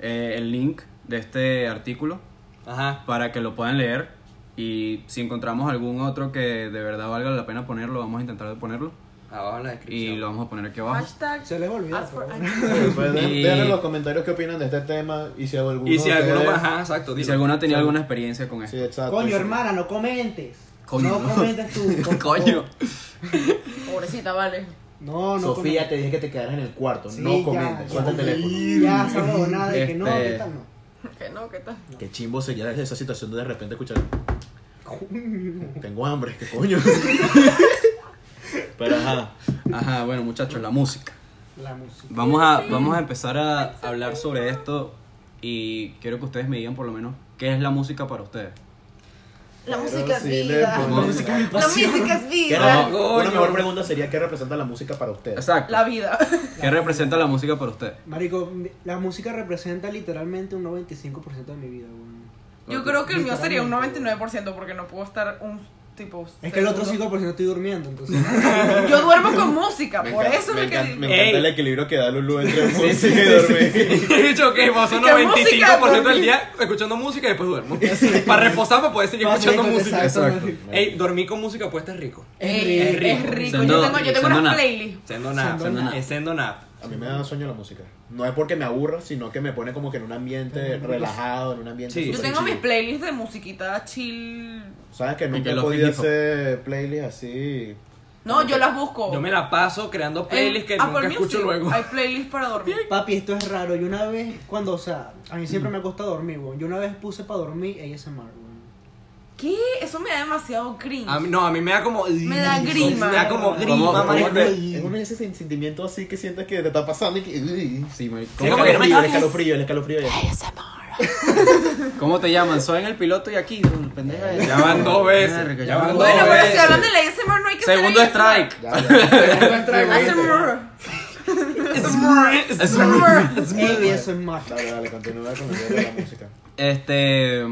eh, el link de este artículo
Ajá.
para que lo puedan leer y si encontramos algún otro que de verdad valga la pena ponerlo, vamos a intentar de ponerlo
Abajo en la
y
descripción.
lo vamos a poner aquí abajo.
Hashtag.
Se les va a olvidar,
ask for
pero
action.
Pues, de-
Y-
Vean en los comentarios qué opinan de este tema y si alguno.
Y si
de
alguno,
ustedes-
ajá, exacto.
Y
dilo.
si alguno ha tenido alguna experiencia con
Sí,
esto.
exacto.
Coño,
Sí.
hermana, no comentes.
Coño,
No
no.
comentes tú. por favor.
Coño.
Pobrecita, vale.
No, no
Sofía,
comentes.
te dije que te quedaras en el cuarto.
Sí,
no
ya,
comentes.
ya.
Suelta el teléfono.
Ya, esa huevonada de que no,
Este-
¿qué tal no?
Que no, ¿qué tal?
Qué chimbo sería desde esa situación de de repente escuchar. Tengo hambre, qué coño. Pero ajá.
Ajá, bueno muchachos, la música.
La música.
Vamos a, vamos a empezar a hablar sobre esto y quiero que ustedes me digan por lo menos qué es la música para ustedes.
La
Pero
música es
sí le
vida.
pongo-
La música es
¿Qué
vida.
raro.
re- Una mejor pregunta sería ¿qué representa la música para ustedes?
Exacto.
La vida.
¿Qué representa la música para ustedes?
Marico, la música representa literalmente un 95% de mi vida, weón.
Yo creo que el mío sería un 99% porque no puedo estar un tipo.
Es que el otro
segundo.
5% estoy durmiendo, entonces.
Yo duermo con música, por
encanta-
eso
me
es lo que
encanta,
digo.
me encanta
Ey.
el equilibrio que da Lulu entre música y dormir.
Dicho que vos son
¿Qué música,
95% del
dormí?
día escuchando música y después duermo. Para reposar, para poder seguir escuchando música.
Exacto.
Ey, dormir con música puesta es rico.
Ey,
Es rico.
Es rico.
Sendo-
Yo tengo, yo tengo
sendo
unas
nada.
playlists.
Sendo nap.
Sendo nap.
Es Sendo nap.
A mí me da sueño la música. No es porque me aburra, sino que me pone como que en un ambiente relajado, en un ambiente
Sí.
súper
Yo tengo
chill.
mis playlists de musiquita chill.
Sabes que
que
nunca he
lo
podido
fijo.
hacer playlist así.
No, yo las busco.
Yo me la paso creando
En
playlists que
Oh. Apple
nunca escucho
Music
luego.
Hay playlists para dormir.
Papi, esto es raro. Yo una vez, cuando, o sea, a mí siempre me cuesta dormir, weón. Yo una vez puse para dormir ASMR, weón.
¿Qué? Eso me da demasiado cringe.
A mí- no, a mí me da como.
Me da grima.
Me da como grima,
¿Cómo- cómo
marico.
te-
Es uno de esos sentimientos así que sientes que te está pasando y que. uy.
Sí, me-
Sí,
¿Cómo,
como que no me
el
toques.
escalofrío, el escalofrío. el escalofrío.
cómo te llaman? Soy en el piloto y aquí, pendeja.
Ya van dos veces.
Verga,
Ya van
bueno,
dos
pero si
veces.
hablan de la ASMR no hay que hacer
Segundo
ASMR.
strike.
Ya, ya.
ASMR.
Es-
ASMR.
Dale, dale, continúa con el video de la música.
Este.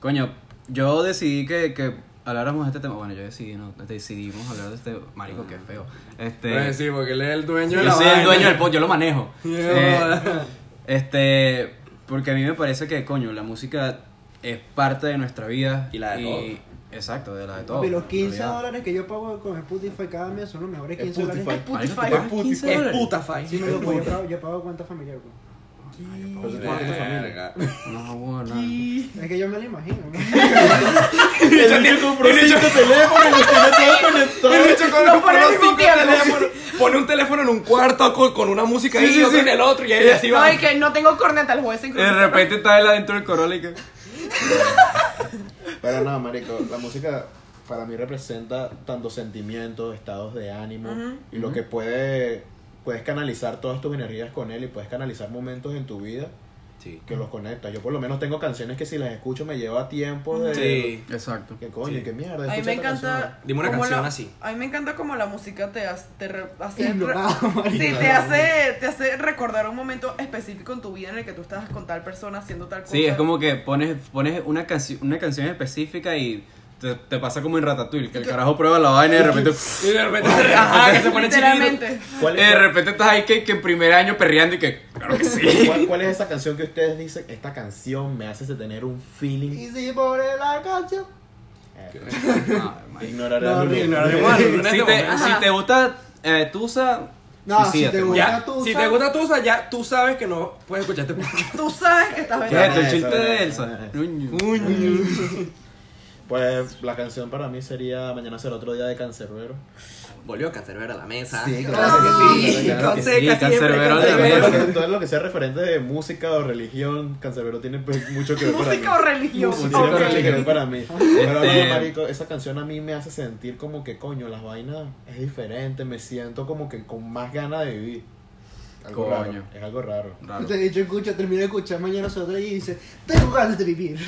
Coño, yo decidí que, que habláramos de este tema. Bueno, yo decidí, no, decidimos hablar de este. Marico, qué feo. Este.
Pues sí, porque él es el dueño de
yo
la
soy
vaina.
el dueño del pod, yo lo manejo.
Yeah.
Eh, este. Porque a mí me parece que, coño, la música es parte de nuestra vida.
Y la de
Exacto, de la de todos.
Papi, los 15
en realidad.
dólares que yo pago con Spotify cada mes son los mejores 15
Spotify.
dólares.
Marico, tú
Spotify.
pagas
Spotify.
15
Es
dólares.
puta fine.
Sí, me lo yo pago, yo pago cuenta familiar, weón.
Pero tú tienes Pues, tu familia.
Pues Verga.
No, bueno.
Es que yo me lo imagino, ¿no?
El bicho compró cinco teléfonos, usted no sabe conectar.
El bicho con los
pone al mismo
cinco
tiempo.
teléfonos, pone un teléfono en un cuarto con, con una música ahí y otro en el otro y ahí así
No,
va.
es que no tengo corneta al juez.
Y de repente está él adentro del Corolla y que.
Pero no, marico, la música para mí representa tanto sentimientos, estados de ánimo y lo que puede puedes canalizar todas tus energías con él y puedes canalizar momentos en tu vida
Sí.
que los conectas. Yo por lo menos tengo canciones que si las escucho me lleva a tiempo de
Sí.
Exacto.
qué coño,
Sí.
qué
A
mierda.
mí
escucha
me
esta
encanta.
canción.
Dime una
cómo
canción
la-
así.
A mí me encanta como la música te hace. Te re- hace
Ignorado, marico.
sí, te hace, te hace recordar un momento específico en tu vida en el que tú estabas con tal persona haciendo tal cosa.
Sí, es como que pones, pones una, canci- una canción específica y te, te pasa como en Ratatouille, que el carajo prueba la vaina y de repente...
Y de repente se relaja, que se pone chiquito.
Literalmente.
¿Cuál
y de
es,
repente estás ahí que, que en primer año perreando y que... Claro que sí.
cuál- cuál es esa canción que ustedes dicen? Esta canción me hace tener un feeling.
Y si por la canción.
Eh,
No, marico.
ignorar
No,
a Lulu.
Ignoraremos a Lulú en este
Ah, si, te,
momento.
si te gusta eh, Tusa,
No, si
suicídate,
te
man.
gusta-
Ya,
Tusa.
si te gusta Tusa, ya tú sabes que no puedes escuchar este podcast.
Tú sabes que estás
¿Qué es esto?
vendiendo.
El
Eso,
chiste de
eso,
Elsa.
eso.
Uño.
Pues la canción para mí sería Mañana será otro día de Cancerbero.
Volvió Cancerbero a la mesa.
Sí,
claro que sí.
claro que
sí,
Canseca siempre,
Canserbero a la
Canseca.
mesa.
Todo lo que- todo lo que sea referente de música o religión, Cancerbero tiene pues, mucho que ver para mí.
Música o religión.
Tiene
o
mucho que
religión.
ver para mí. Pero
Este-
no, marico, esa canción a mí me hace sentir como que coño, las vainas es diferente, me siento como que con más ganas de vivir. Algo
Coño.
raro, es algo raro.
Raro.
Te he dicho, escucha, termina de escuchar mañana su otra y dice, tengo ganas de vivir.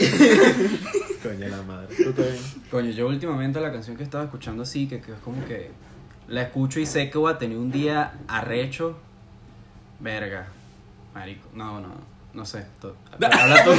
Coño la madre. ¿Tú te ves?
Coño, yo últimamente la canción que estaba escuchando así, que, que es como que la escucho y sé que voy a tener un día arrecho. Verga. Marico. No, no, no sé. tú- habla tú,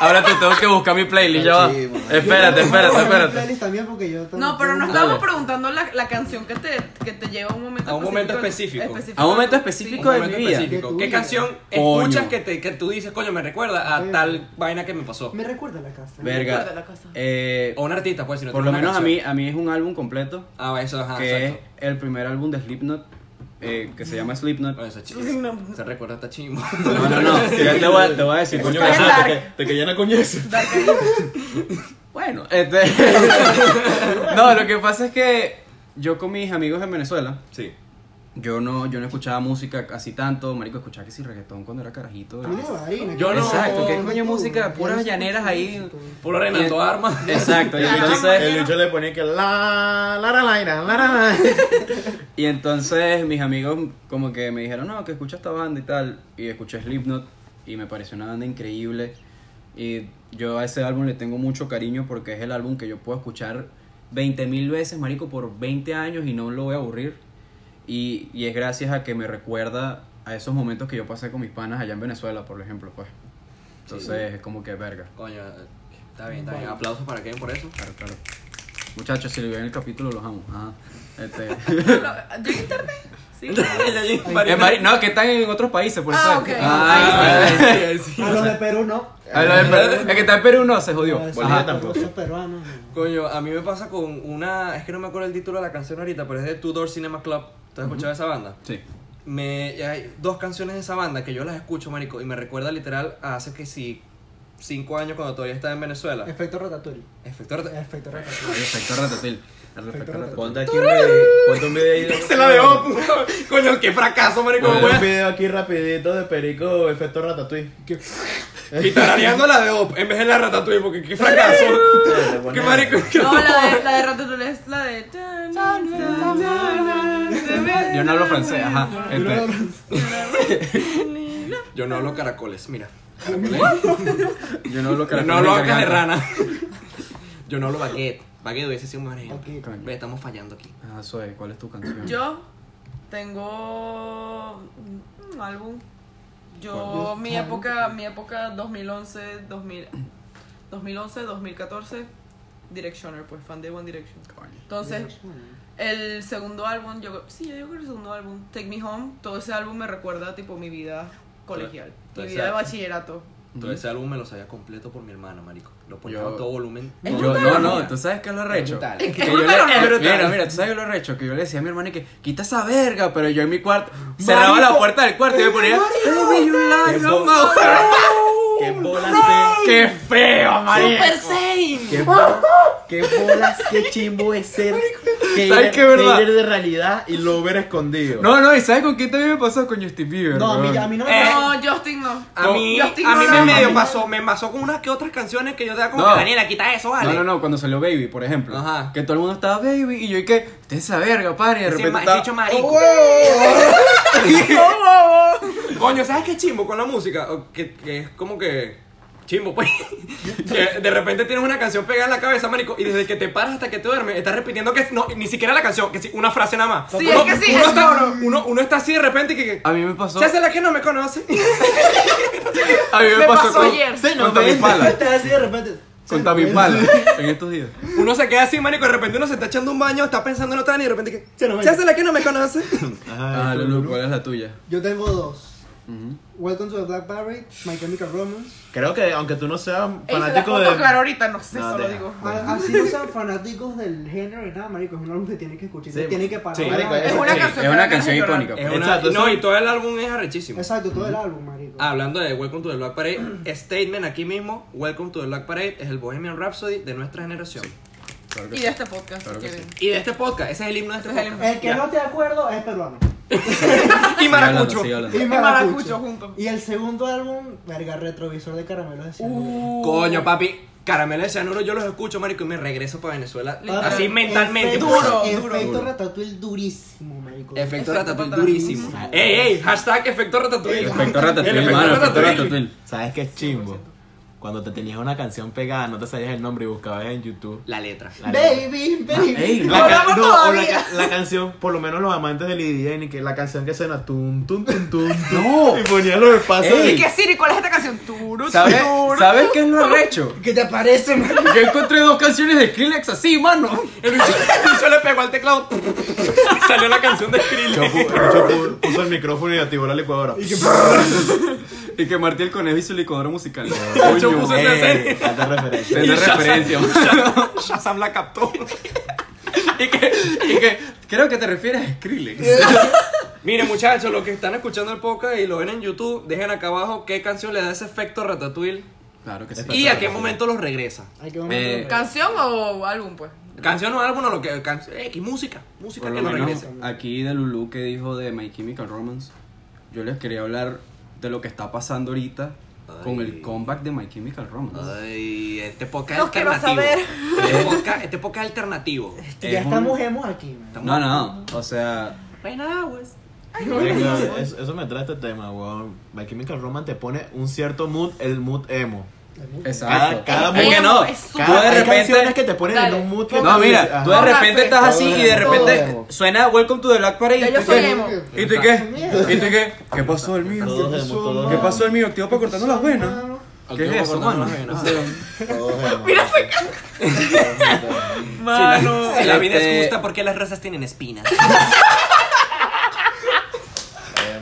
habla tú, tengo que buscar mi playlist. Ya va.
Archivo, marico.
Espérate, espérate, espérate.
playlist también porque yo también
No, pero no
tengo-
estábamos
Dale.
preguntando la, la canción que te, que te lleva a un momento
A un momento específico.
A un momento específico
Sí.
de mi vida.
específico.
¿Qué
Tuya.
canción
Coño.
escuchas que, te, que tú dices, coño, me recuerda a
Sí.
tal vaina que me pasó?
Me recuerda a la casa.
Recuerda la
Verga.
casa.
Eh,
O un artista, pues, si no
por lo
tiene una
menos a mí,
canción.
a mí es un álbum completo,
Ah, eso, ajá,
que es
exacto.
el primer álbum de Slipknot, eh, que se llama Slipknot.
Bueno, eso es
Sí,
chimbo.
no.
Se recuerda hasta chimbo.
No, no, no. Ya te voy a, te voy a decir, coño,
Está en
que-
Dark.
Te que llena coño eso.
Bueno, este. no, lo que pasa es que yo con mis amigos en Venezuela
Sí.
Yo no, yo no escuchaba música casi tanto, marico, escuchaba que si reggaetón cuando era carajito.
Tú no, vaina,
Yo
que-
no.
Exacto, ¿qué coño
Tú,
música?
tú,
Puras
tú,
llaneras
tú,
ahí.
tú.
Puro Renato Armas.
Exacto, y entonces,
El bicho le ponía que la, la, la, la, la, la, la.
y entonces mis amigos como que me dijeron, no, que escucha esta banda y tal, y escuché Slipknot y me pareció una banda increíble. Y yo a ese álbum le tengo mucho cariño porque es el álbum que yo puedo escuchar 20 mil veces, marico, por 20 años y no lo voy a aburrir. Y, y es gracias a que me recuerda a esos momentos que yo pasé con mis panas allá en Venezuela, por ejemplo, pues. Entonces es como que verga.
Coño, está bien, está bien. Aplausos para Kevin por eso.
Claro, claro. Muchachos, si lo ven el capítulo, los amo. Ajá. Este...
Yo en internet. Sí.
En Mari- No, que están en otros países, por eso.
Ah, ok.
ahí sí.
A los de Perú no.
Ah, lo de Perú- El que está en Perú no se jodió.
Los de
Ajá.
Bolivia tampoco.
Los peruanos. no.
Coño, a mí me pasa con una. Es que no me acuerdo el título de la canción ahorita, pero es de Tudor Cinema Club. ¿Tú has escuchado esa banda?
Sí.
Me, hay dos canciones de esa banda que yo las escucho, marico, y me recuerda literal a hace que sí, cinco años cuando todavía estaba en Venezuela.
Efecto rotatorio.
Efecto Arte-
Efecto rotatorio.
Respecto a Ratatouille. Respecto a Ratatouille.
Ponte aquí un video. Ponte un video ahí.
Se la
eh,
dejó, puto. Coño, qué fracaso, marico.
Ponte
voy
un
a-
video aquí rapidito de Perico Efecto Ratatouille.
¿Qué?
Y tarareando la de Op en vez de la ratatouille, porque qué fracaso. qué marico.
eh,
qué-
No, eh. la de, la de Ratatouille es la de. tan, tan, tan, tan,
Yo no hablo francés, ajá. Este,
Yo no hablo caracoles, mira.
yo no hablo
Yo
caracol
no hablo
en
acá de
garganta.
rana. Yo no hablo baguette. Baguette hubiese sido un buen ejemplo.
Baguette.
Ve, Estamos fallando aquí.
Ajá, Ah, Zoe, ¿cuál es tu canción?
Yo tengo un álbum. Yo,
¿Cuál?
mi época, mi época 2011, 2000, 2011, 2014, Directioner, pues fan de One Direction.
Coño.
Entonces, el segundo álbum, yo sí, yo creo que el segundo álbum, Take Me Home, todo ese álbum me recuerda tipo mi vida colegial, mi
Entonces,
vida de bachillerato.
Todo ese álbum me lo sabía completo por mi hermana, marico. Lo ponía
Yo-
a todo volumen.
Es
Yo-
brutal,
no,
mía.
no, tú sabes que lo recho.
brutal.
Que
Es
yo le-
brutal, es brutal.
Mira, mira, tú sabes lo recho. Que yo le decía a mi hermana que quita esa verga, pero yo en mi cuarto cerraba la puerta del cuarto y me ponía. "Baby, you lie, no more".
Qué bolas
¡Qué feo, marico!
Super Saiyan.
Qué, bo- qué bolas, qué chimbo es ser. Que
¿Sabes
ir-
qué, verdad?
que ir de realidad y lo ver escondido.
No, no, ¿y sabes con quién también me pasó? Con Justin Bieber.
No, a mí,
weón.
a mí no me
No, Justin no.
A mí,
Justin
a mí
no
me
era-
medio pasó, me pasó con unas que otras canciones que yo te da como
No.
que Daniela, quita eso, vale.
No, no, no, cuando salió Baby, por ejemplo.
Ajá.
Que todo el mundo estaba Baby y yo y que, usted es esa verga, padre. Y de
Ese
repente
ma-
estaba- ¡Oh,
ese hecho marico. ¡Oh, Coño, ¿sabes qué chimbo con la música? O Que, que es como que. Chimbo, pues. Que de repente tienes una canción pegada en la cabeza, marico, y desde que te paras hasta que te duermes, estás repitiendo que. No, ni siquiera la canción, que sí, una frase nada más.
Sí,
uno,
es que sí,
Uno,
es-
está, uno, uno está así de repente y que.
A mí me pasó.
Se hace la que no me conoce.
A mí me,
Me pasó
con-
ayer.
Sí, no,
Con
Con Tami Pala.
Te así de repente.
Con Tami Pala. En estos días.
Uno se queda así, marico, y de repente uno se está echando un baño, está pensando en otra y de repente que.
Se nos
Se hace la que no me conoce.
Ah, Lulu, ¿cuál es la tuya?
Yo tengo dos.
Ujú.
Welcome to the Black Parade, My Chemical Romance.
Creo que aunque tú no seas
Ey, se la
fanático
pongo
de.
Claro, ahorita no sé,
No,
solo
deja.
digo.
A- Ah, Así no sean fanáticos del género y nada, marico. Es un álbum que tienen que escuchar.
Sí,
tienen que parar.
sí, marico,
Exacto,
Es una
Sí,
canción,
es
que
una
la
canción
deja llorar.
icónica.
Es una-
Exacto,
no,
sí.
y todo el álbum es arrechísimo. Ah,
Exacto, todo el álbum, marico.
Hablando de Welcome to the Black Parade, statement aquí mismo, Welcome to the Black Parade es el Bohemian Rhapsody de nuestra generación.
Claro que
Y
sí.
de este podcast,
Claro que
Kevin.
sí.
Y de este podcast, ese es el himno de este
Ese es el
podcast.
El que no esté de acuerdo es peruano.
Y
Sigue hablando,
Maracucho.
sigue hablando.
Y
maracucho juntos.
Y el segundo álbum, verga, retrovisor de caramelos de
Uh,
cianuro.
Uh,
Coño, papi, Caramelo de Cianuro, yo los escucho, marico, y me regreso para Venezuela.
Literal.
Así
Efecto-
mentalmente.
Duro, duro,
Efecto
duro.
ratatouille durísimo, marico.
Efecto
Efecto
Ratatouille
Ratatouille.
durísimo. Ey, ey, hashtag efecto Ratatouille.
Efecto
El
Ratatouille,
efecto
mano, efecto
Ratatouille.
Ratatouille.
¿Sabes qué es chimbo? Cuando te tenías una canción pegada, no te sabías el nombre y buscabas en YouTube.
La letra.
La-
Baby, baby.
Ey,
La, ca-
hablamos
no, o la,
todavía.
ca- la canción, por lo menos los amantes de Lady y que la canción que suena tun tun tun tun. tun,
No.
Y ponía los espacios.
Ey.
¿Y
y-
qué Siri? ¿Cuál es esta canción? Turu,
¿Sabes,
turu.
¿Sabes qué es lo recho?
¿Qué te parece, marico?
Yo encontré dos canciones de Skrillex así, mano.
El bicho, el bicho le pegó al teclado. Salió la canción de
Yo
Skrillex.
pu- yo pu- puso el micrófono y activó la licuadora.
Y que Martí el Conejo hizo licuadora musical.
Yo puse esa
Ey,
serie.
falta referencia.
Se da referencia.
Shazam la captó.
y, que, y que creo que te refieres a Skrillex.
Miren muchachos, los que están escuchando el podcast y lo ven en YouTube, dejen acá abajo qué canción le da ese efecto ratatouille
Claro que sí.
y a qué momento los regresa.
Ay, qué momento.
Eh,
¿Canción o álbum, pues?
Canción o álbum o lo que. can- X, música. Música
Por
que
lo
lo
menos
regrese.
aquí de Lulu que dijo de My Chemical Romance, yo les quería hablar de lo que está pasando ahorita con el
Ay.
comeback de My Chemical Romance.
Ay, este podcast
No
alternativo.
quiero Este,
Este podcast, este podcast alternativo.
ya
Es
estamos
un-
hemos aquí, man.
No, no, o sea,
Bueno,
pues.
aguas.
Venga, es- eso me trae este tema, weón. My Chemical Romance te pone un cierto mood, el mood emo.
exacto.
cada
Ah, es que
mundo
no,
es
tú
súper-
Cada,
de
hay canciones
repente
que te ponen
Dale.
en un mood que
No,
tú dices,
mira,
ajá.
tú de repente estás así y de
Todo
repente
emo.
suena Welcome to the Black Parade.
Ya
y
yo
tú
soy
qué-
emo.
¿Y tú qué? ¿Y tú qué? ¿Qué pasó el mío?
Todos emo, todos
¿Qué
emo.
pasó el mío? Activo para cortarnos las venas. ¿Qué es eso, mano?
Todos emo. Mira ese
Mano, si la vida
Este-
es justa, ¿por qué las rosas tienen espinas?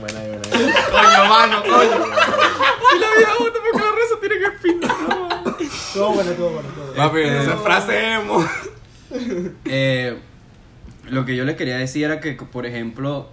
Buena, buena,
Coño, mano, coño.
Todo bueno, todo bueno, todo bueno.
Papi,
Esa frase emo.
Eh, lo que yo les quería decir era que, por ejemplo,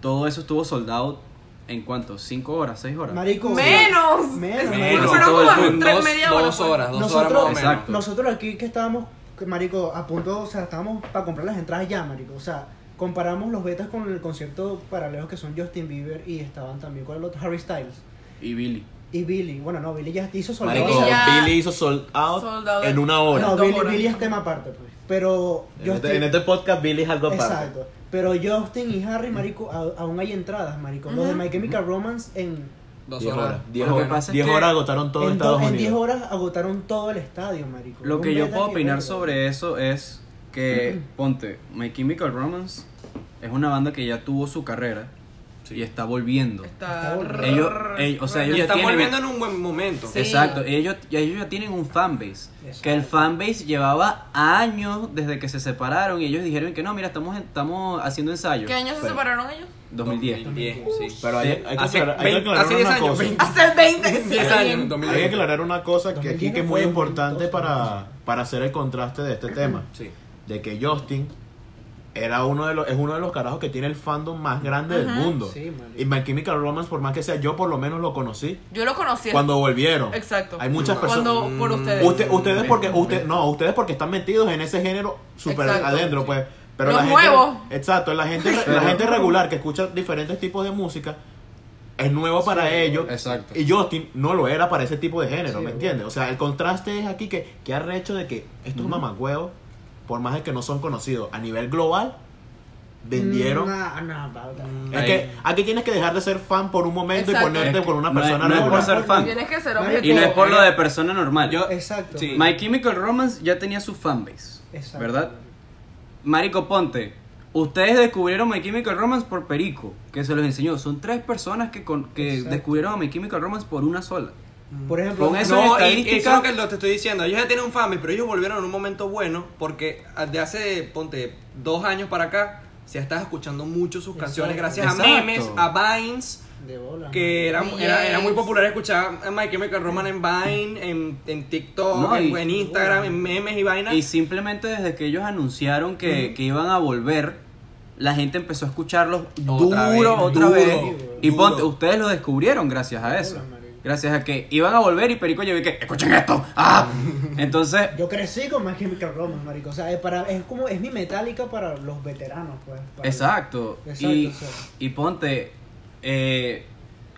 todo eso estuvo soldado en cuánto? ¿Cinco horas? ¿Seis horas?
Marico.
Menos.
Menos.
Menos.
Fueron
Todo el
como
mundo.
tres
Dos,
media hora. pues.
dos horas, dos horas más o
Nosotros,
menos.
Exacto.
nosotros aquí que estábamos, que, marico, a punto, o sea, estábamos para comprar las entradas ya, marico. O sea, comparamos los betas con el concierto paralelo que son Justin Bieber y estaban también con el otro Harry Styles
Y Billy.
y Billy. Bueno, no, Billy ya hizo solo.
Marico,
Billy ya-
Billy hizo sold out
Sold out.
en una hora.
No,
Dos
Billy,
horas.
Billy es tema aparte, pues. Pero
en, este, en este podcast, Billy es algo aparte.
Exacto. Pero Justin y Harry, marico, a- aún hay entradas, marico. Los de My Chemical Romance en,
Dos
10
horas.
horas. 10
Lo que
horas,
pasa es
10
que
horas agotaron todo
en, do-
Estados
en
Unidos.
10 horas agotaron todo el estadio, marico.
Lo
Un
que yo
beta
puedo
que
opinar
verga.
sobre eso es que, ponte, My Chemical Romance es una banda que ya tuvo su carrera y está volviendo.
Está.
Ellos- ellos- o sea, ellos
Y
ya
están
tienen-
volviendo en un buen momento.
Sí.
Exacto, y ellos, y ellos ya tienen un fanbase.
Exacto.
Que el fanbase llevaba años desde que se separaron y ellos dijeron que no, mira, estamos, en- estamos haciendo ensayos.
¿Qué año se
Pero-
separaron ellos?
2010.
2010, sí.
Pero hay, hay que
Hace
aclarar, hay que
20
aclarar
hace
una
10 años,
cosa.
20.
Hace 20, sí.
10 años, 2010.
Hay que aclarar una cosa que aquí que es muy
2012,
importante
2012.
para, para hacer el contraste de este tema.
Sí.
De que Justin era uno de los, es uno de los carajos que tiene el fandom más grande del mundo.
Sí, marico.
y My Chemical Romance, por más que sea, yo por lo menos lo conocí
Yo lo conocí. el-
cuando volvieron.
Exacto.
Hay muchas personas.
Cuando por ustedes.
Usted- ustedes porque
Este,
usted, no, ustedes porque están metidos en ese género súper
Exacto.
adentro, pues. Pero
Los
la
nuevos.
gente, exacto, la gente, la gente regular que escucha diferentes tipos de música es nuevo para ellos.
Exacto.
Y Justin no lo era para ese tipo de género,
Sí,
¿me
bueno.
entiendes? O sea, el contraste es aquí que, que arrecho de que estos mamagüeos, por más de que no son conocidos a nivel global, vendieron.
Mm,
Nah, nah, valga.
Mm.
Es que aquí tienes que dejar de ser fan por un momento
Exacto.
y ponerte
Es que
con una
no es-
persona
no es por
regular.
ser fan.
Tienes que ser
Marico.
objetivo.
Y no es por lo de persona normal.
Yo-
Exacto.
Sí.
My Chemical Romance ya tenía su fanbase,
Exacto.
¿verdad? Marico Ponte, ustedes descubrieron My Chemical Romance por Perico, que se los enseñó. Son tres personas que, con- que
Exacto.
descubrieron a My Chemical Romance por una sola.
Por ejemplo,
Con eso-
No, y- y
estadísticas-
eso es lo que lo te estoy diciendo. Ellos ya tienen un fanbase, pero ellos volvieron en un momento bueno porque ah, de hace, ponte, dos años para acá, ya estás escuchando mucho sus canciones
Exacto.
gracias a
Exacto.
memes, a Vines,
de bola.
que era,
Yes.
era, era muy popular escuchar a My Chemical Roman en Vine, en, en TikTok,
No,
en,
y-
en Instagram, en memes y vainas.
Y simplemente desde que ellos anunciaron que, que iban a volver, la gente empezó a escucharlos
Otra vez,
duro, otra
duro,
vez. Y
duro.
ponte, ustedes lo descubrieron gracias a eso.
marico.
Gracias a que iban a volver y Perico llegó y que, escuchen esto. ¡Ah! Entonces,
Yo crecí con My Chemical Romance, marico. O sea, es, para, es como es mi metálica para los veteranos, pues. para-
Exacto.
Exacto,
y,
o sea.
y ponte eh,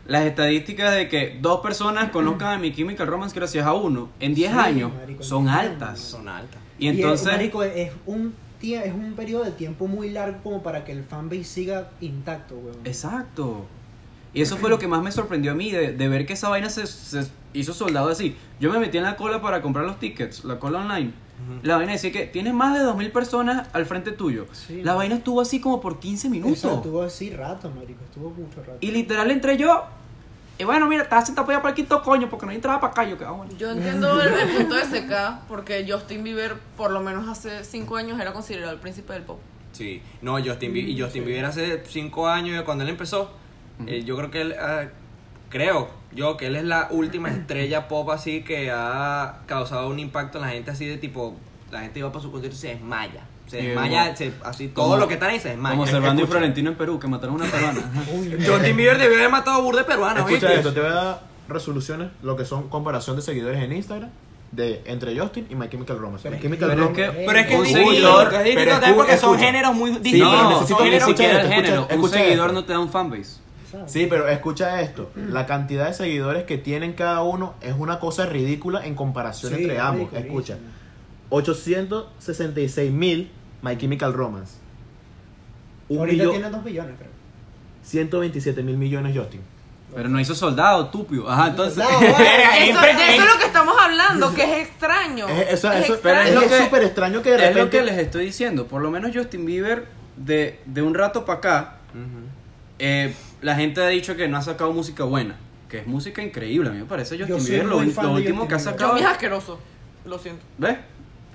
las estadísticas de que dos personas conozcan a mi Chemical Romance gracias a uno en 10
Sí,
años
marico, en
son
10
altas.
años.
Son altas.
Y
es-
entonces,
marico, es un tie- es un periodo de tiempo muy largo como para que el fanbase siga intacto, weón.
exacto. Y eso fue lo que más me sorprendió a mí, de, de ver que esa vaina se, se hizo soldado así. Yo me metí en la cola para comprar los tickets, la cola online. La vaina decía que tienes más de 2.000 personas al frente tuyo.
Sí.
la vaina estuvo así como por 15
O
minutos.
sea, estuvo así rato, marico, estuvo mucho rato.
Y literal entré yo. Y bueno, mira, estaba sentado para allá para el quinto coño, porque no entraba para acá. Yo que, ah, bueno.
Yo entiendo el, el punto de SK, porque Justin Bieber, por lo menos hace 5 años, era considerado el príncipe del pop.
Sí, no, Justin, Bie- y Justin Bieber hace cinco años, cuando él empezó, eh, yo creo que él, ah, creo yo que él es la última estrella pop así que ha causado un impacto en la gente así de tipo, la gente iba para su concierto y se desmaya, se
Sí,
desmaya,
como-
se- así
como-
todo lo que están ahí se desmaya.
Como Servando y Florentino en Perú, que mataron a una peruana.
Justin Bieber debió haber matado a burde peruana,
Escucha
Ah, ¿viste?
esto, te voy a dar resoluciones, lo que son comparación de seguidores en Instagram de entre Justin y My Chemical Romance.
Pero
My
es
Chemical
Pero es
Romance.
que,
Pero
eh,
es que un
un
Uy,
seguidor.
seguidor.
Es distinto
pero
también
escu-
porque son
escucha.
géneros muy
Sí,
distintos.
no,
son
ni
géneros
siquiera el
escucha
género.
esto,
Un
escucha
seguidor
esto.
no te da un fanbase.
¿sabes?
Sí, pero escucha esto. La cantidad de seguidores que tienen cada uno es una cosa ridícula en comparación
Sí,
entre ambos.
marico,
Escucha.
buenísimo.
866 mil My Chemical Romance. Un
Ahorita
millón,
tiene 2 billones, creo.
127 mil millones Justin.
Pero no hizo soldado, tupio. Ajá, entonces.
No, bueno,
Verga,
Eso,
impre-
de eso es lo que estamos hablando, que es extraño.
Es, Eh, eso- eso-
pero es
es
lo
que es
que-
súper extraño que de
Es
repente...
lo que les estoy diciendo. Por lo menos Justin Bieber, de, de un rato para acá, eh, la gente ha dicho que no ha sacado música buena. Que es música increíble. A mí me parece Justin
soy
Bieber lo,
muy
lo
fan de
último que ha
Justin Bieber.
sacado.
Yo, es asqueroso. Lo siento.
¿Ves?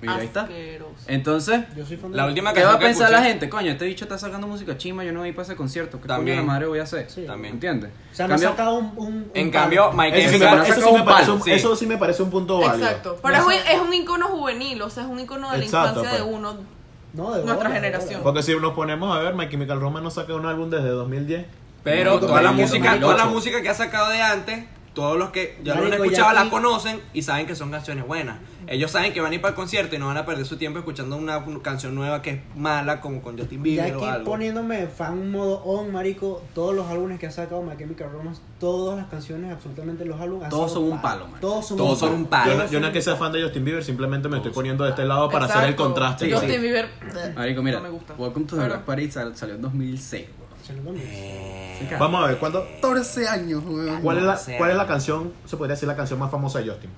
Mira, ahí está.
Asqueroso.
Entonces,
Yo soy fan de
La última
¿qué va
canción
a
que
pensar la
escuché-
gente? Coño, este bicho está sacando música chima, yo no voy a ir para ese concierto. ¿Qué
También.
coño de la madre voy a hacer?
Sí.
También.
¿Entiendes?
O sea, no ha
Cambio-
sacado un. un- un
En
palo.
cambio, My
Eso sí,
Chemical
me,
O sea,
pare-
no saca
Romance.
eso sí me
un
parece
palo,
un,
sí.
eso sí me parece un punto válido.
Exacto. Pero es un, es un icono juvenil, o sea, es un icono de la
Exacto,
infancia de
pues.
uno.
No, de
Nuestra
bola, de
generación.
bola.
Porque si nos ponemos a ver, My Chemical Romance no saca un álbum desde 2010.
Pero
Marico,
toda la
marico,
música,
marico.
toda la música que ha sacado de antes, todos los que ya lo han
Marico,
escuchado
ya
la
aquí-
conocen y saben que son canciones buenas. Ellos saben que van a ir para el concierto y no van a perder su tiempo escuchando una canción nueva que es mala como con Justin
Ya
Bieber o
aquí
algo.
poniéndome fan modo on, marico, todos los álbumes que ha sacado My Chemical Romance, todas las canciones, absolutamente los álbumes. han
Todos
sido
son un palo, marico.
Todos son
Todos son un palo.
Yo no, yo no es que sea fan de Justin Bieber, simplemente me
Oh,
estoy poniendo de este lado para hacer el
Exacto.
contraste.
Yo
Sí.
Justin Bieber.
Marico, mira,
No me gusta.
Welcome to the
Pero-
Black Party sal- salió en 2006.
Se lo tomo.
Eh,
Vamos a ver, ¿cuánto,
14 años, weón.
¿Cuál, es
No
la,
sé.
¿Cuál es la canción, se podría decir la canción más famosa de Justin?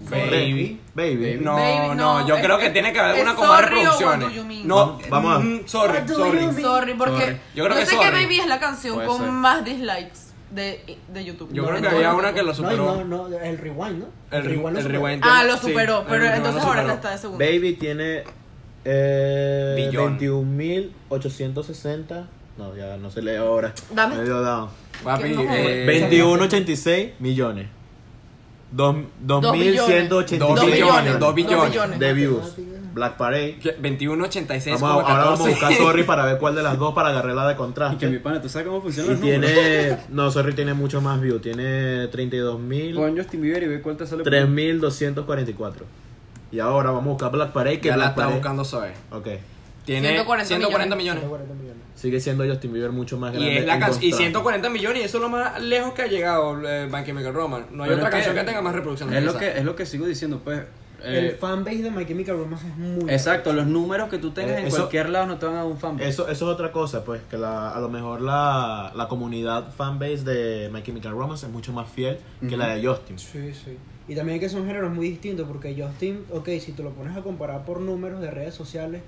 Baby.
Baby.
Baby.
No,
Baby,
no,
no,
yo
es-
creo que tiene que haber
es
una como de
sorry Ah, o what do
reproducciones.
you mean.
No,
Vamos a ver.
mm, sorry,
What do
sorry.
you mean?
Sorry, porque
Sorry.
Yo creo que
sé
sorry.
que Baby es la canción
Puede
con
ser.
más dislikes de, de YouTube.
Yo
No,
creo que
en todo
había
el
una que
mundo.
lo
No, y no,
superó.
no, el rewind, ¿no?
El re-
lo
el
superó.
rewind.
Ah, lo
Sí,
superó,
el
pero
Rewind lo
entonces ahora
superó.
está de segundo.
Baby tiene eh,
Billón.
21.860. No, ya no se lee ahora.
Dame.
Me dio down.
Papi,
Que no,
eh,
21.86 millones. Dos-
Dos millones.
2.186
Dos millones, dos
billones.
billones.
de views. Black Parade.
Que 21, 86,
Vamos a-
como
ahora vamos a
14.
buscar Sorry para ver cuál de las dos para agarrar la de
Y que mi
contraste.
pana, ¿tú sabes cómo funcionan
Y
los números?
tiene. No, Sorry tiene mucho más views. Tiene 32.000.
Pon Justin Bieber y ve cuál te sale.
3244. Y ahora vamos a buscar Black Parade. Que
Ya la
Black
está
Parade-
buscando Zoe.
Ok.
Tiene
140
140 millones.
Pero bueno, también.
Sigue siendo Justin Bieber mucho más grande.
Y es la
en
canción. Y
contraste.
140 millones, y eso es lo más lejos que ha llegado eh, My Chemical Roman. No hay
Pero
otra
es que-
canción que tenga más reproducciones.
Es lo
esa.
que, es lo que sigo diciendo, pues.
El
eh,
fanbase de My Chemical Romance es muy.
exacto, los números que tú tengas
Eh,
en
eso-
cualquier lado no te van a dar un fan.
Eso, eso es otra cosa, pues, que la, a lo mejor la, la comunidad fanbase de My Chemical Romance es mucho más fiel que la de Justin.
Sí, sí. Y también que son géneros muy distintos, porque Justin, ok, si tú lo pones a comparar por números de redes sociales,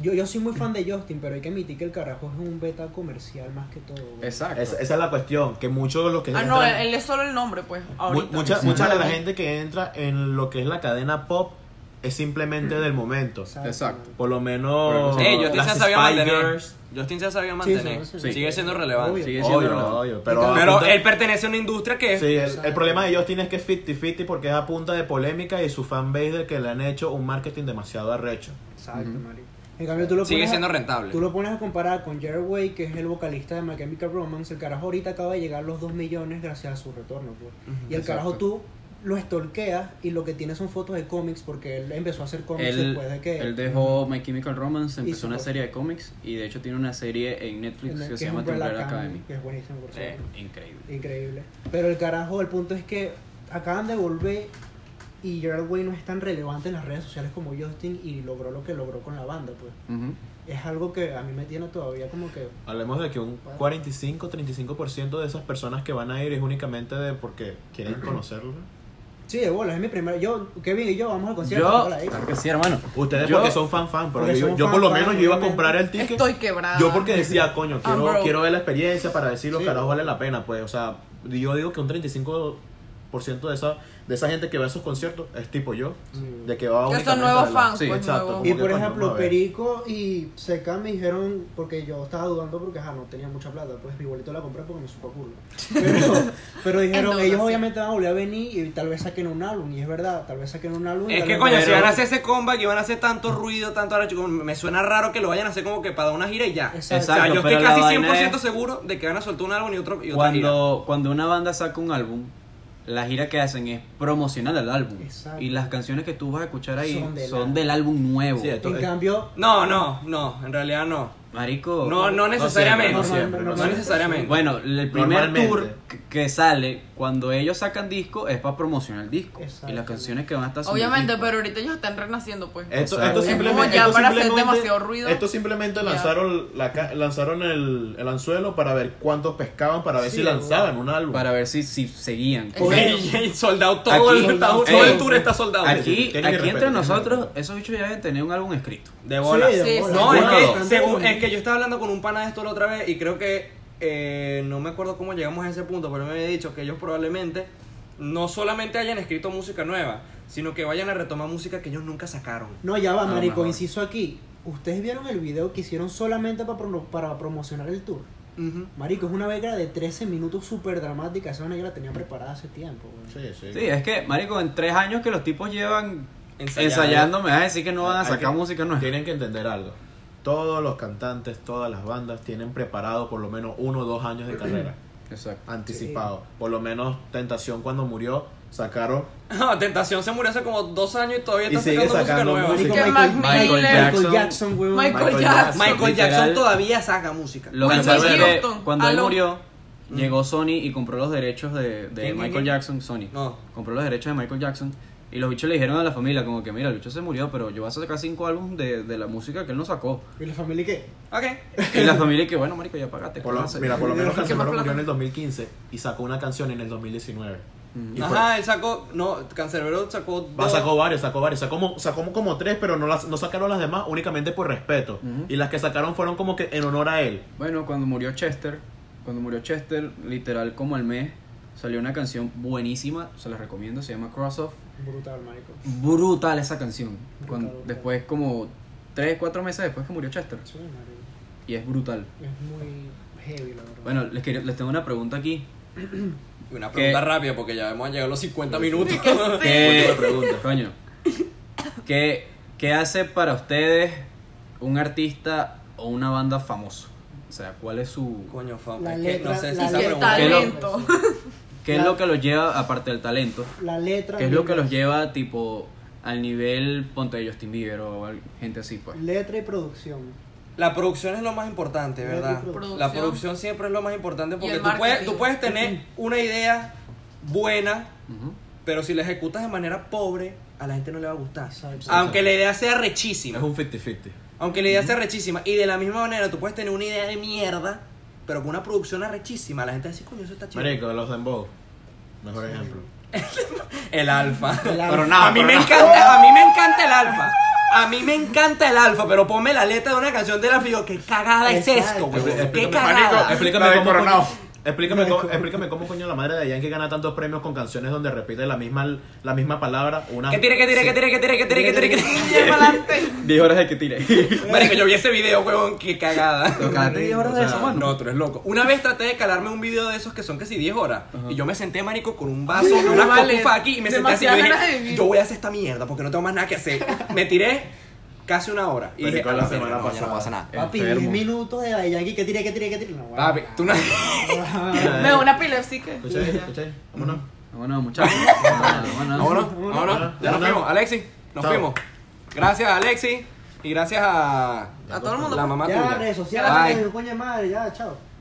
yo, yo soy muy fan de Justin, pero hay que admitir que el carajo es un beta comercial más que todo. güey.
Exacto.
Esa, esa es la cuestión, que muchos de los que
Ah, no,
eh,
entran-
él es solo el nombre, pues.
mu-
Ahorita.
mucha,
Sí.
mucha de la
Para mí.
gente que entra en lo que es la cadena pop es simplemente del momento.
Exacto.
Por lo menos
Eh, Justin
las
se ha sabido
Spice
mantener.
Girls.
Justin se ha sabido
Sí,
mantener.
sí,
sí.
Sigue siendo relevante.
Obvio. Sigue siendo
Obvio,
relevado.
obvio, pero,
Pero
apunta-
él pertenece a una industria que es.
Sí, el, el problema de Justin es que es 50-50 porque es a punta de polémica y su fanbase del que le han hecho un marketing demasiado arrecho.
Exacto, marico. En cambio, tú lo
Sigue
pones
siendo
a,
rentable.
Tú lo pones a comparar con Jerry Way, que es el vocalista de My Chemical Romance. El carajo ahorita acaba de llegar a los 2 millones gracias a su retorno. pues. y el carajo tú lo estolqueas y lo que tienes son fotos de cómics porque él empezó a hacer cómics
Él,
después de que.
él dejó My Chemical Romance,
Y
empezó
su
una
cosa.
serie de cómics y de hecho tiene una serie en Netflix
en el-
que se
es
llama The
Umbrella
Umbrella
Academy,
Academy.
Que es buenísimo, por
Eh,
cierto.
increíble.
Increíble. Pero el carajo, el punto es que acaban de volver y Gerard Way no es tan relevante en las redes sociales como Justin y logró lo que logró con la banda, pues.
Ujú.
Es algo que a mí me tiene todavía como que
Hablemos de que un 45-35% de esas personas que van a ir es únicamente de porque quieren conocerlo.
Sí, de bola, es mi primera. Yo, Kevin y yo vamos al concierto.
Yo,
hola, ahí.
claro que sí, hermano.
Ustedes
Yo-
porque son fan fan, pero
Porque
yo,
son
yo
fan,
por lo
fan,
menos yo iba a
obviamente.
comprar el ticket.
Estoy quebrada.
Ah,
Yo porque decía, coño,
I'm
quiero,
broke.
quiero ver la experiencia para decir los
Sí.
carajos vale la pena, pues, o sea, yo digo que un 35% de esa, de esa gente que va a esos conciertos es tipo yo,
Mm.
Sí.
de que va
Que son
únicamente
nuevos
a la-
fans,
Sí,
pues,
exacto.
nuevos.
como
Y
que,
por
coño,
ejemplo,
vamos a ver.
Perico y Seca me dijeron, porque yo estaba dudando porque ajá, no tenía mucha plata, pues mi boleto la compré porque me supo a culo. Pero, pero dijeron,
Entonces,
ellos
sí.
obviamente van a volver a venir y tal vez saquen un álbum, y es verdad, tal vez saquen un álbum. y
Es
tal
que
vez-
coño, si
pero-
van a hacer ese comeback y van a hacer tanto ruido, tanto ahora, chico, me suena raro que lo vayan a hacer como que para una gira y ya.
Exacto.
O sea,
Exacto,
yo estoy
pero la
casi
vaina
100%
es-
seguro de que van a soltar un álbum y otro y otra gira.
Cuando, cuando una banda saca un álbum, la gira que hacen es promocional al álbum.
Exacto.
Y las canciones que tú vas a escuchar ahí
Son
son
del
del,
álbum.
álbum nuevo.
Sí, esto-
En cambio,
No, no, no, en realidad no.
Marico.
No, no necesariamente.
Oh, no
No,
siempre,
no siempre.
necesariamente.
Bueno, el primer
Normalmente.
tour que- que sale cuando ellos sacan disco es para promocionar el disco.
Exacto.
Y las canciones que van a estar son del
Obviamente,
disco.
pero ahorita ellos están renaciendo, pues.
Esto,
Exacto.
esto
Es como
simplemente,
ya
esto
para hacer
simplemente-
demasiado ruido.
Esto simplemente
Ya.
lanzaron, la, ca- lanzaron el, el anzuelo para ver cuántos pescaban, para ver
Sí,
si lanzaban un álbum.
Para ver si, si seguían.
Exacto.
Y soldado todo
Aquí-
el, está- todo
Ey,
el tour está soldado.
Aquí,
Tienen
aquí
respeto,
entre
tienen
nosotros,
respeto.
esos bichos ya deben tener un álbum escrito.
De bola.
Sí, de
Sí,
bola.
No,
De
es
bola.
que,
Bastante
según,
bonito.
es que yo estaba hablando con un pana de esto la otra vez y creo que eh, no me acuerdo cómo llegamos a ese punto, pero me había dicho que ellos probablemente no solamente hayan escrito música nueva, sino que vayan a retomar música que ellos nunca sacaron.
No, ya va,
lo
marico,
mejor.
inciso aquí. Ustedes vieron el video que hicieron solamente para, para promocionar el tour.
Ujú.
Marico, es una negra de 13 minutos súper dramática. Esa negra la tenía preparada hace tiempo. güey.
Sí, sí.
Sí, es que, Marico, en tres años que los tipos llevan
Ensayando.
ensayando, me vas a decir que no van a
Hay
sacar
que-
música nueva.
Tienen que entender algo. Todos los cantantes, todas las bandas tienen preparado por lo menos uno o dos años de carrera.
Exacto.
anticipado. Por lo menos Tentación cuando murió sacaron
No, Tentación se murió hace como dos años y todavía
Y
está
sigue
sacando,
sacando
música nueva. Ah,
música.
Que
Michael,
Mac
Michael
Miller.
Jackson,
Jackson.
güey.
Michael
Michael
Jackson.
Michael
Literal.
Jackson todavía saca música.
Lo que
Michael
pasa es que
Jackson,
cuando él
aló.
murió,
Mm.
llegó Sony y compró los derechos de, de
¿Quién,
Michael
quién?
Jackson. Sony
No.
compró los derechos de Michael Jackson. Y los bichos le dijeron a la familia, como que mira, el bicho se murió, pero yo voy a sacar cinco álbumes de, de la música que él no sacó.
¿Y la familia qué?
Ok.
Y la familia que, bueno, marico, ya pagate.
Por lo-
cójanse".
mira, por lo menos
más
Canserbero
plata?
murió en el 2015 y sacó una canción en el 2019.
Mm.
Y fue-
Ajá, él sacó. No, Cancerbero sacó.
va,
dos.
sacó varios, sacó varios, sacó como, sacó como tres, pero no, las, no sacaron las demás únicamente por respeto. Y las que sacaron fueron como que en honor a él.
Bueno, cuando murió Chester, cuando murió Chester, literal como al mes, salió una canción buenísima, se la recomiendo, se llama Cross Off.
Brutal, marico.
Brutal esa canción. Cuando-
brutal.
Después como 3, 4 meses después que murió Chester.
Sí, marico.
Y es brutal.
Es muy heavy, la verdad.
Bueno, les, quería- les tengo una pregunta aquí.
Y Una pregunta
¿Qué?
rápida porque ya hemos llegado a los 50 minutos.
¿Qué, coño, ¿qué, qué hace para ustedes un artista o una banda famoso? O sea, ¿cuál es su...
Coño, fam,
la
es que
letra,
no sé si
la
esa
letra-
pregunta.
Que lo-
Talento.
¿Qué es lo que los lleva, aparte del talento,
La letra.
¿Qué es lo que los lleva, tipo, al nivel, ponte de Justin Bieber o al- gente así, pues?
Letra y producción.
La producción es lo más importante, ¿verdad?
Producción.
La producción siempre es lo más importante
Y
porque
el
tú puedes,
marketing.
tú puedes tener una idea buena,
Ujú.
pero si la ejecutas de manera pobre, a la gente no le va a gustar.
Exacto.
Aunque la idea sea rechísima.
Es un 50-50.
Aunque la idea sea rechísima. Y de la misma manera, tú puedes tener una idea de mierda, pero con una producción arrechísima. La gente dice, coño, eso está chido.
Marico, de los Dembow. Mejor ejemplo.
El alfa.
alfa.
Pero nada, a mí me encanta, a mí me encanta el alfa. A mí me encanta el alfa, pero ponme la letra de una canción del alfa y yo, qué cagada es esto,
Exacto.
güey. Qué
Explícame,
cagada.
Marico, explícame
La de
cómo
Coronao.
coño- Explícame cómo, explícame cómo coño la madre de Yankee gana tantos premios con canciones donde repite la misma, la misma palabra. Una,
Que tire, que tire, que tire, que tire, que tire, que tire, que tire.
Lleva adelante.
Diez horas de que tire.
Marico, yo vi ese video, huevón, qué cagada.
Tocate 10 horas de
O sea,
eso, mano.
No, tú eres loco. Una vez traté de calarme un video de esos que son casi 10 horas. Y yo me senté, marico, con un vaso y una
vale.
copa aquí. Y me senté así. Yo,
Demasiadas ganas de
dije,
vivir.
yo voy a hacer esta mierda porque no tengo más nada que hacer. Me tiré casi una hora. Y dije,
Marico,
a
la
verga,
semana
no, ya no
pasada.
pasa nada.
Papi, 10 minutos de la de Yankee que tire, que tire, que tire. No,
Papi,
guau.
tú no...
Me da una epilepsia que.
¿Escucháis? ¿Escucháis? Vámonos.
Bueno, muchachos. Ah, bueno.
Vámonos, vámonos. Ya nos
Vámonos.
fuimos. Alexi, nos
Chao.
fuimos. Gracias a Alexi y gracias a...
A todo el mundo. pues.
La mamá
Ya,
tuya.
redes sociales,
Bye.
coño de madre, ya, chao.